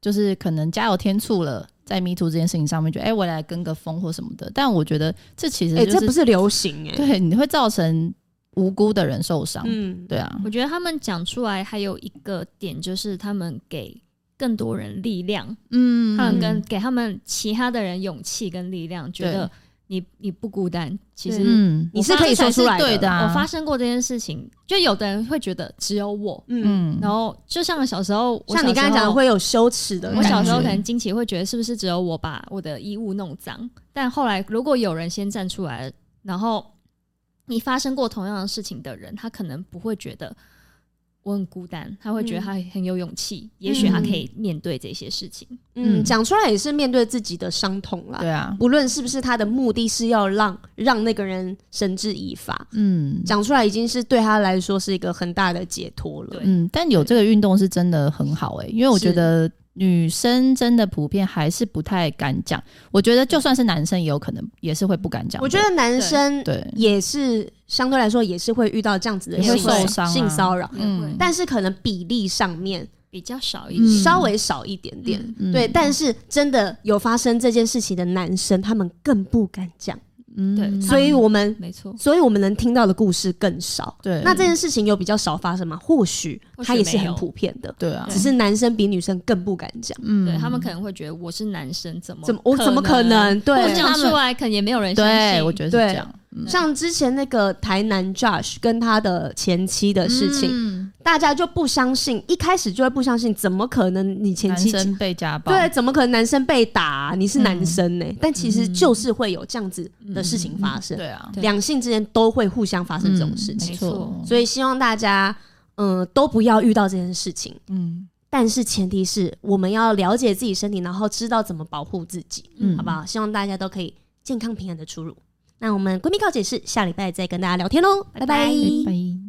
S4: 就是可能加油添醋了，在 Me Too 这件事情上面，觉得哎、我来跟个风或什么的。但我觉得这其实
S2: 哎、
S4: 就是，
S2: 这不是流行哎、
S4: 对，你会造成无辜的人受伤。
S2: 嗯，
S4: 对啊，
S3: 我觉得他们讲出来还有一个点，就是他们给更多人力量，
S4: 嗯
S3: 他们跟给他们其他的人勇气跟力量，觉得你你不孤单。其
S2: 对
S3: 实
S4: 嗯，
S2: 你是可以说出来
S4: 这才是对的啊
S3: 我发生过这件事情，就有的人会觉得只有我，
S2: 嗯，
S4: 嗯，
S3: 然后就像小时候，我
S2: 像你
S3: 小
S2: 刚才
S3: 时候
S2: 讲的，会有羞耻的
S4: 嗯
S2: 感
S3: 我
S2: 觉，
S3: 小时候可能惊奇会觉得是不是只有我把我的衣物弄脏，但后来如果有人先站出来，然后你发生过同样的事情的人，他可能不会觉得我很孤单，他会觉得
S2: 嗯
S3: 他很有勇气，也许他可以面对这些事情。
S2: 嗯，
S4: 嗯
S2: 讲出来也是面对自己的伤痛啦。
S4: 对啊，
S2: 不论是不是他的目的是要让让那个人绳之以法，
S4: 嗯。
S2: 讲出来已经是对他来说是一个很大的解脱了。
S3: 对
S4: 嗯，但有这个运动是真的很好哎、因为我觉得女生真的普遍还是不太敢讲。我觉得就算是男生，也有可能也是会不敢讲的。
S2: 我觉得男生
S4: 对，
S2: 也是相对来说也是会遇到这样子的
S4: 也
S3: 会
S2: 性
S3: 受
S4: 伤啊
S2: 性骚扰，
S3: 嗯会
S2: 但是可能比例上面
S3: 比较少一
S4: 嗯
S3: 点。
S2: 稍微少一点点。
S3: 嗯
S4: 嗯
S2: 对，但是真的有发生这件事情的男生，他们更不敢讲，
S4: 嗯
S3: 对
S2: 所以我们，
S3: 没错，
S2: 所以我们能听到的故事更少。
S4: 对，
S2: 那这件事情有比较少发生吗？或许
S3: 或许
S2: 它也是
S3: 没
S2: 很
S3: 有
S2: 普遍的，
S4: 对啊，
S2: 只是男生比女生更不敢讲。
S4: 嗯
S3: 对他们可能会觉得我是男生，怎么
S2: 怎么我怎么可
S3: 可能？
S2: 能？对
S3: 我，讲出来，可能也没有人相信。
S4: 对，我觉得是
S2: 对
S4: 这样。
S3: 嗯
S2: 像之前那个台南 Josh 跟他的前妻的事情，
S3: 嗯
S2: 大家就不相信，一开始就会不相信，怎么可能你前
S4: 男
S2: 妻
S4: 生被家暴，
S2: 对，怎么可能男生被打啊、你是男生呢、
S3: 嗯
S2: 但其实就是会有这样子的事情发生，
S4: 对啊，嗯
S3: 对嗯
S2: 两性之间都会互相发生这种事情，
S4: 没
S3: 没
S4: 错
S3: 错，
S2: 所以希望大家嗯、呃都不要遇到这件事情。
S4: 嗯，
S2: 但是前提是我们要了解自己身体，然后知道怎么保护自己，
S4: 嗯
S2: 好不好？希望大家都可以健康平安的出入。那我们闺蜜告解室下礼拜再跟大家聊天喽，拜拜
S4: 拜拜。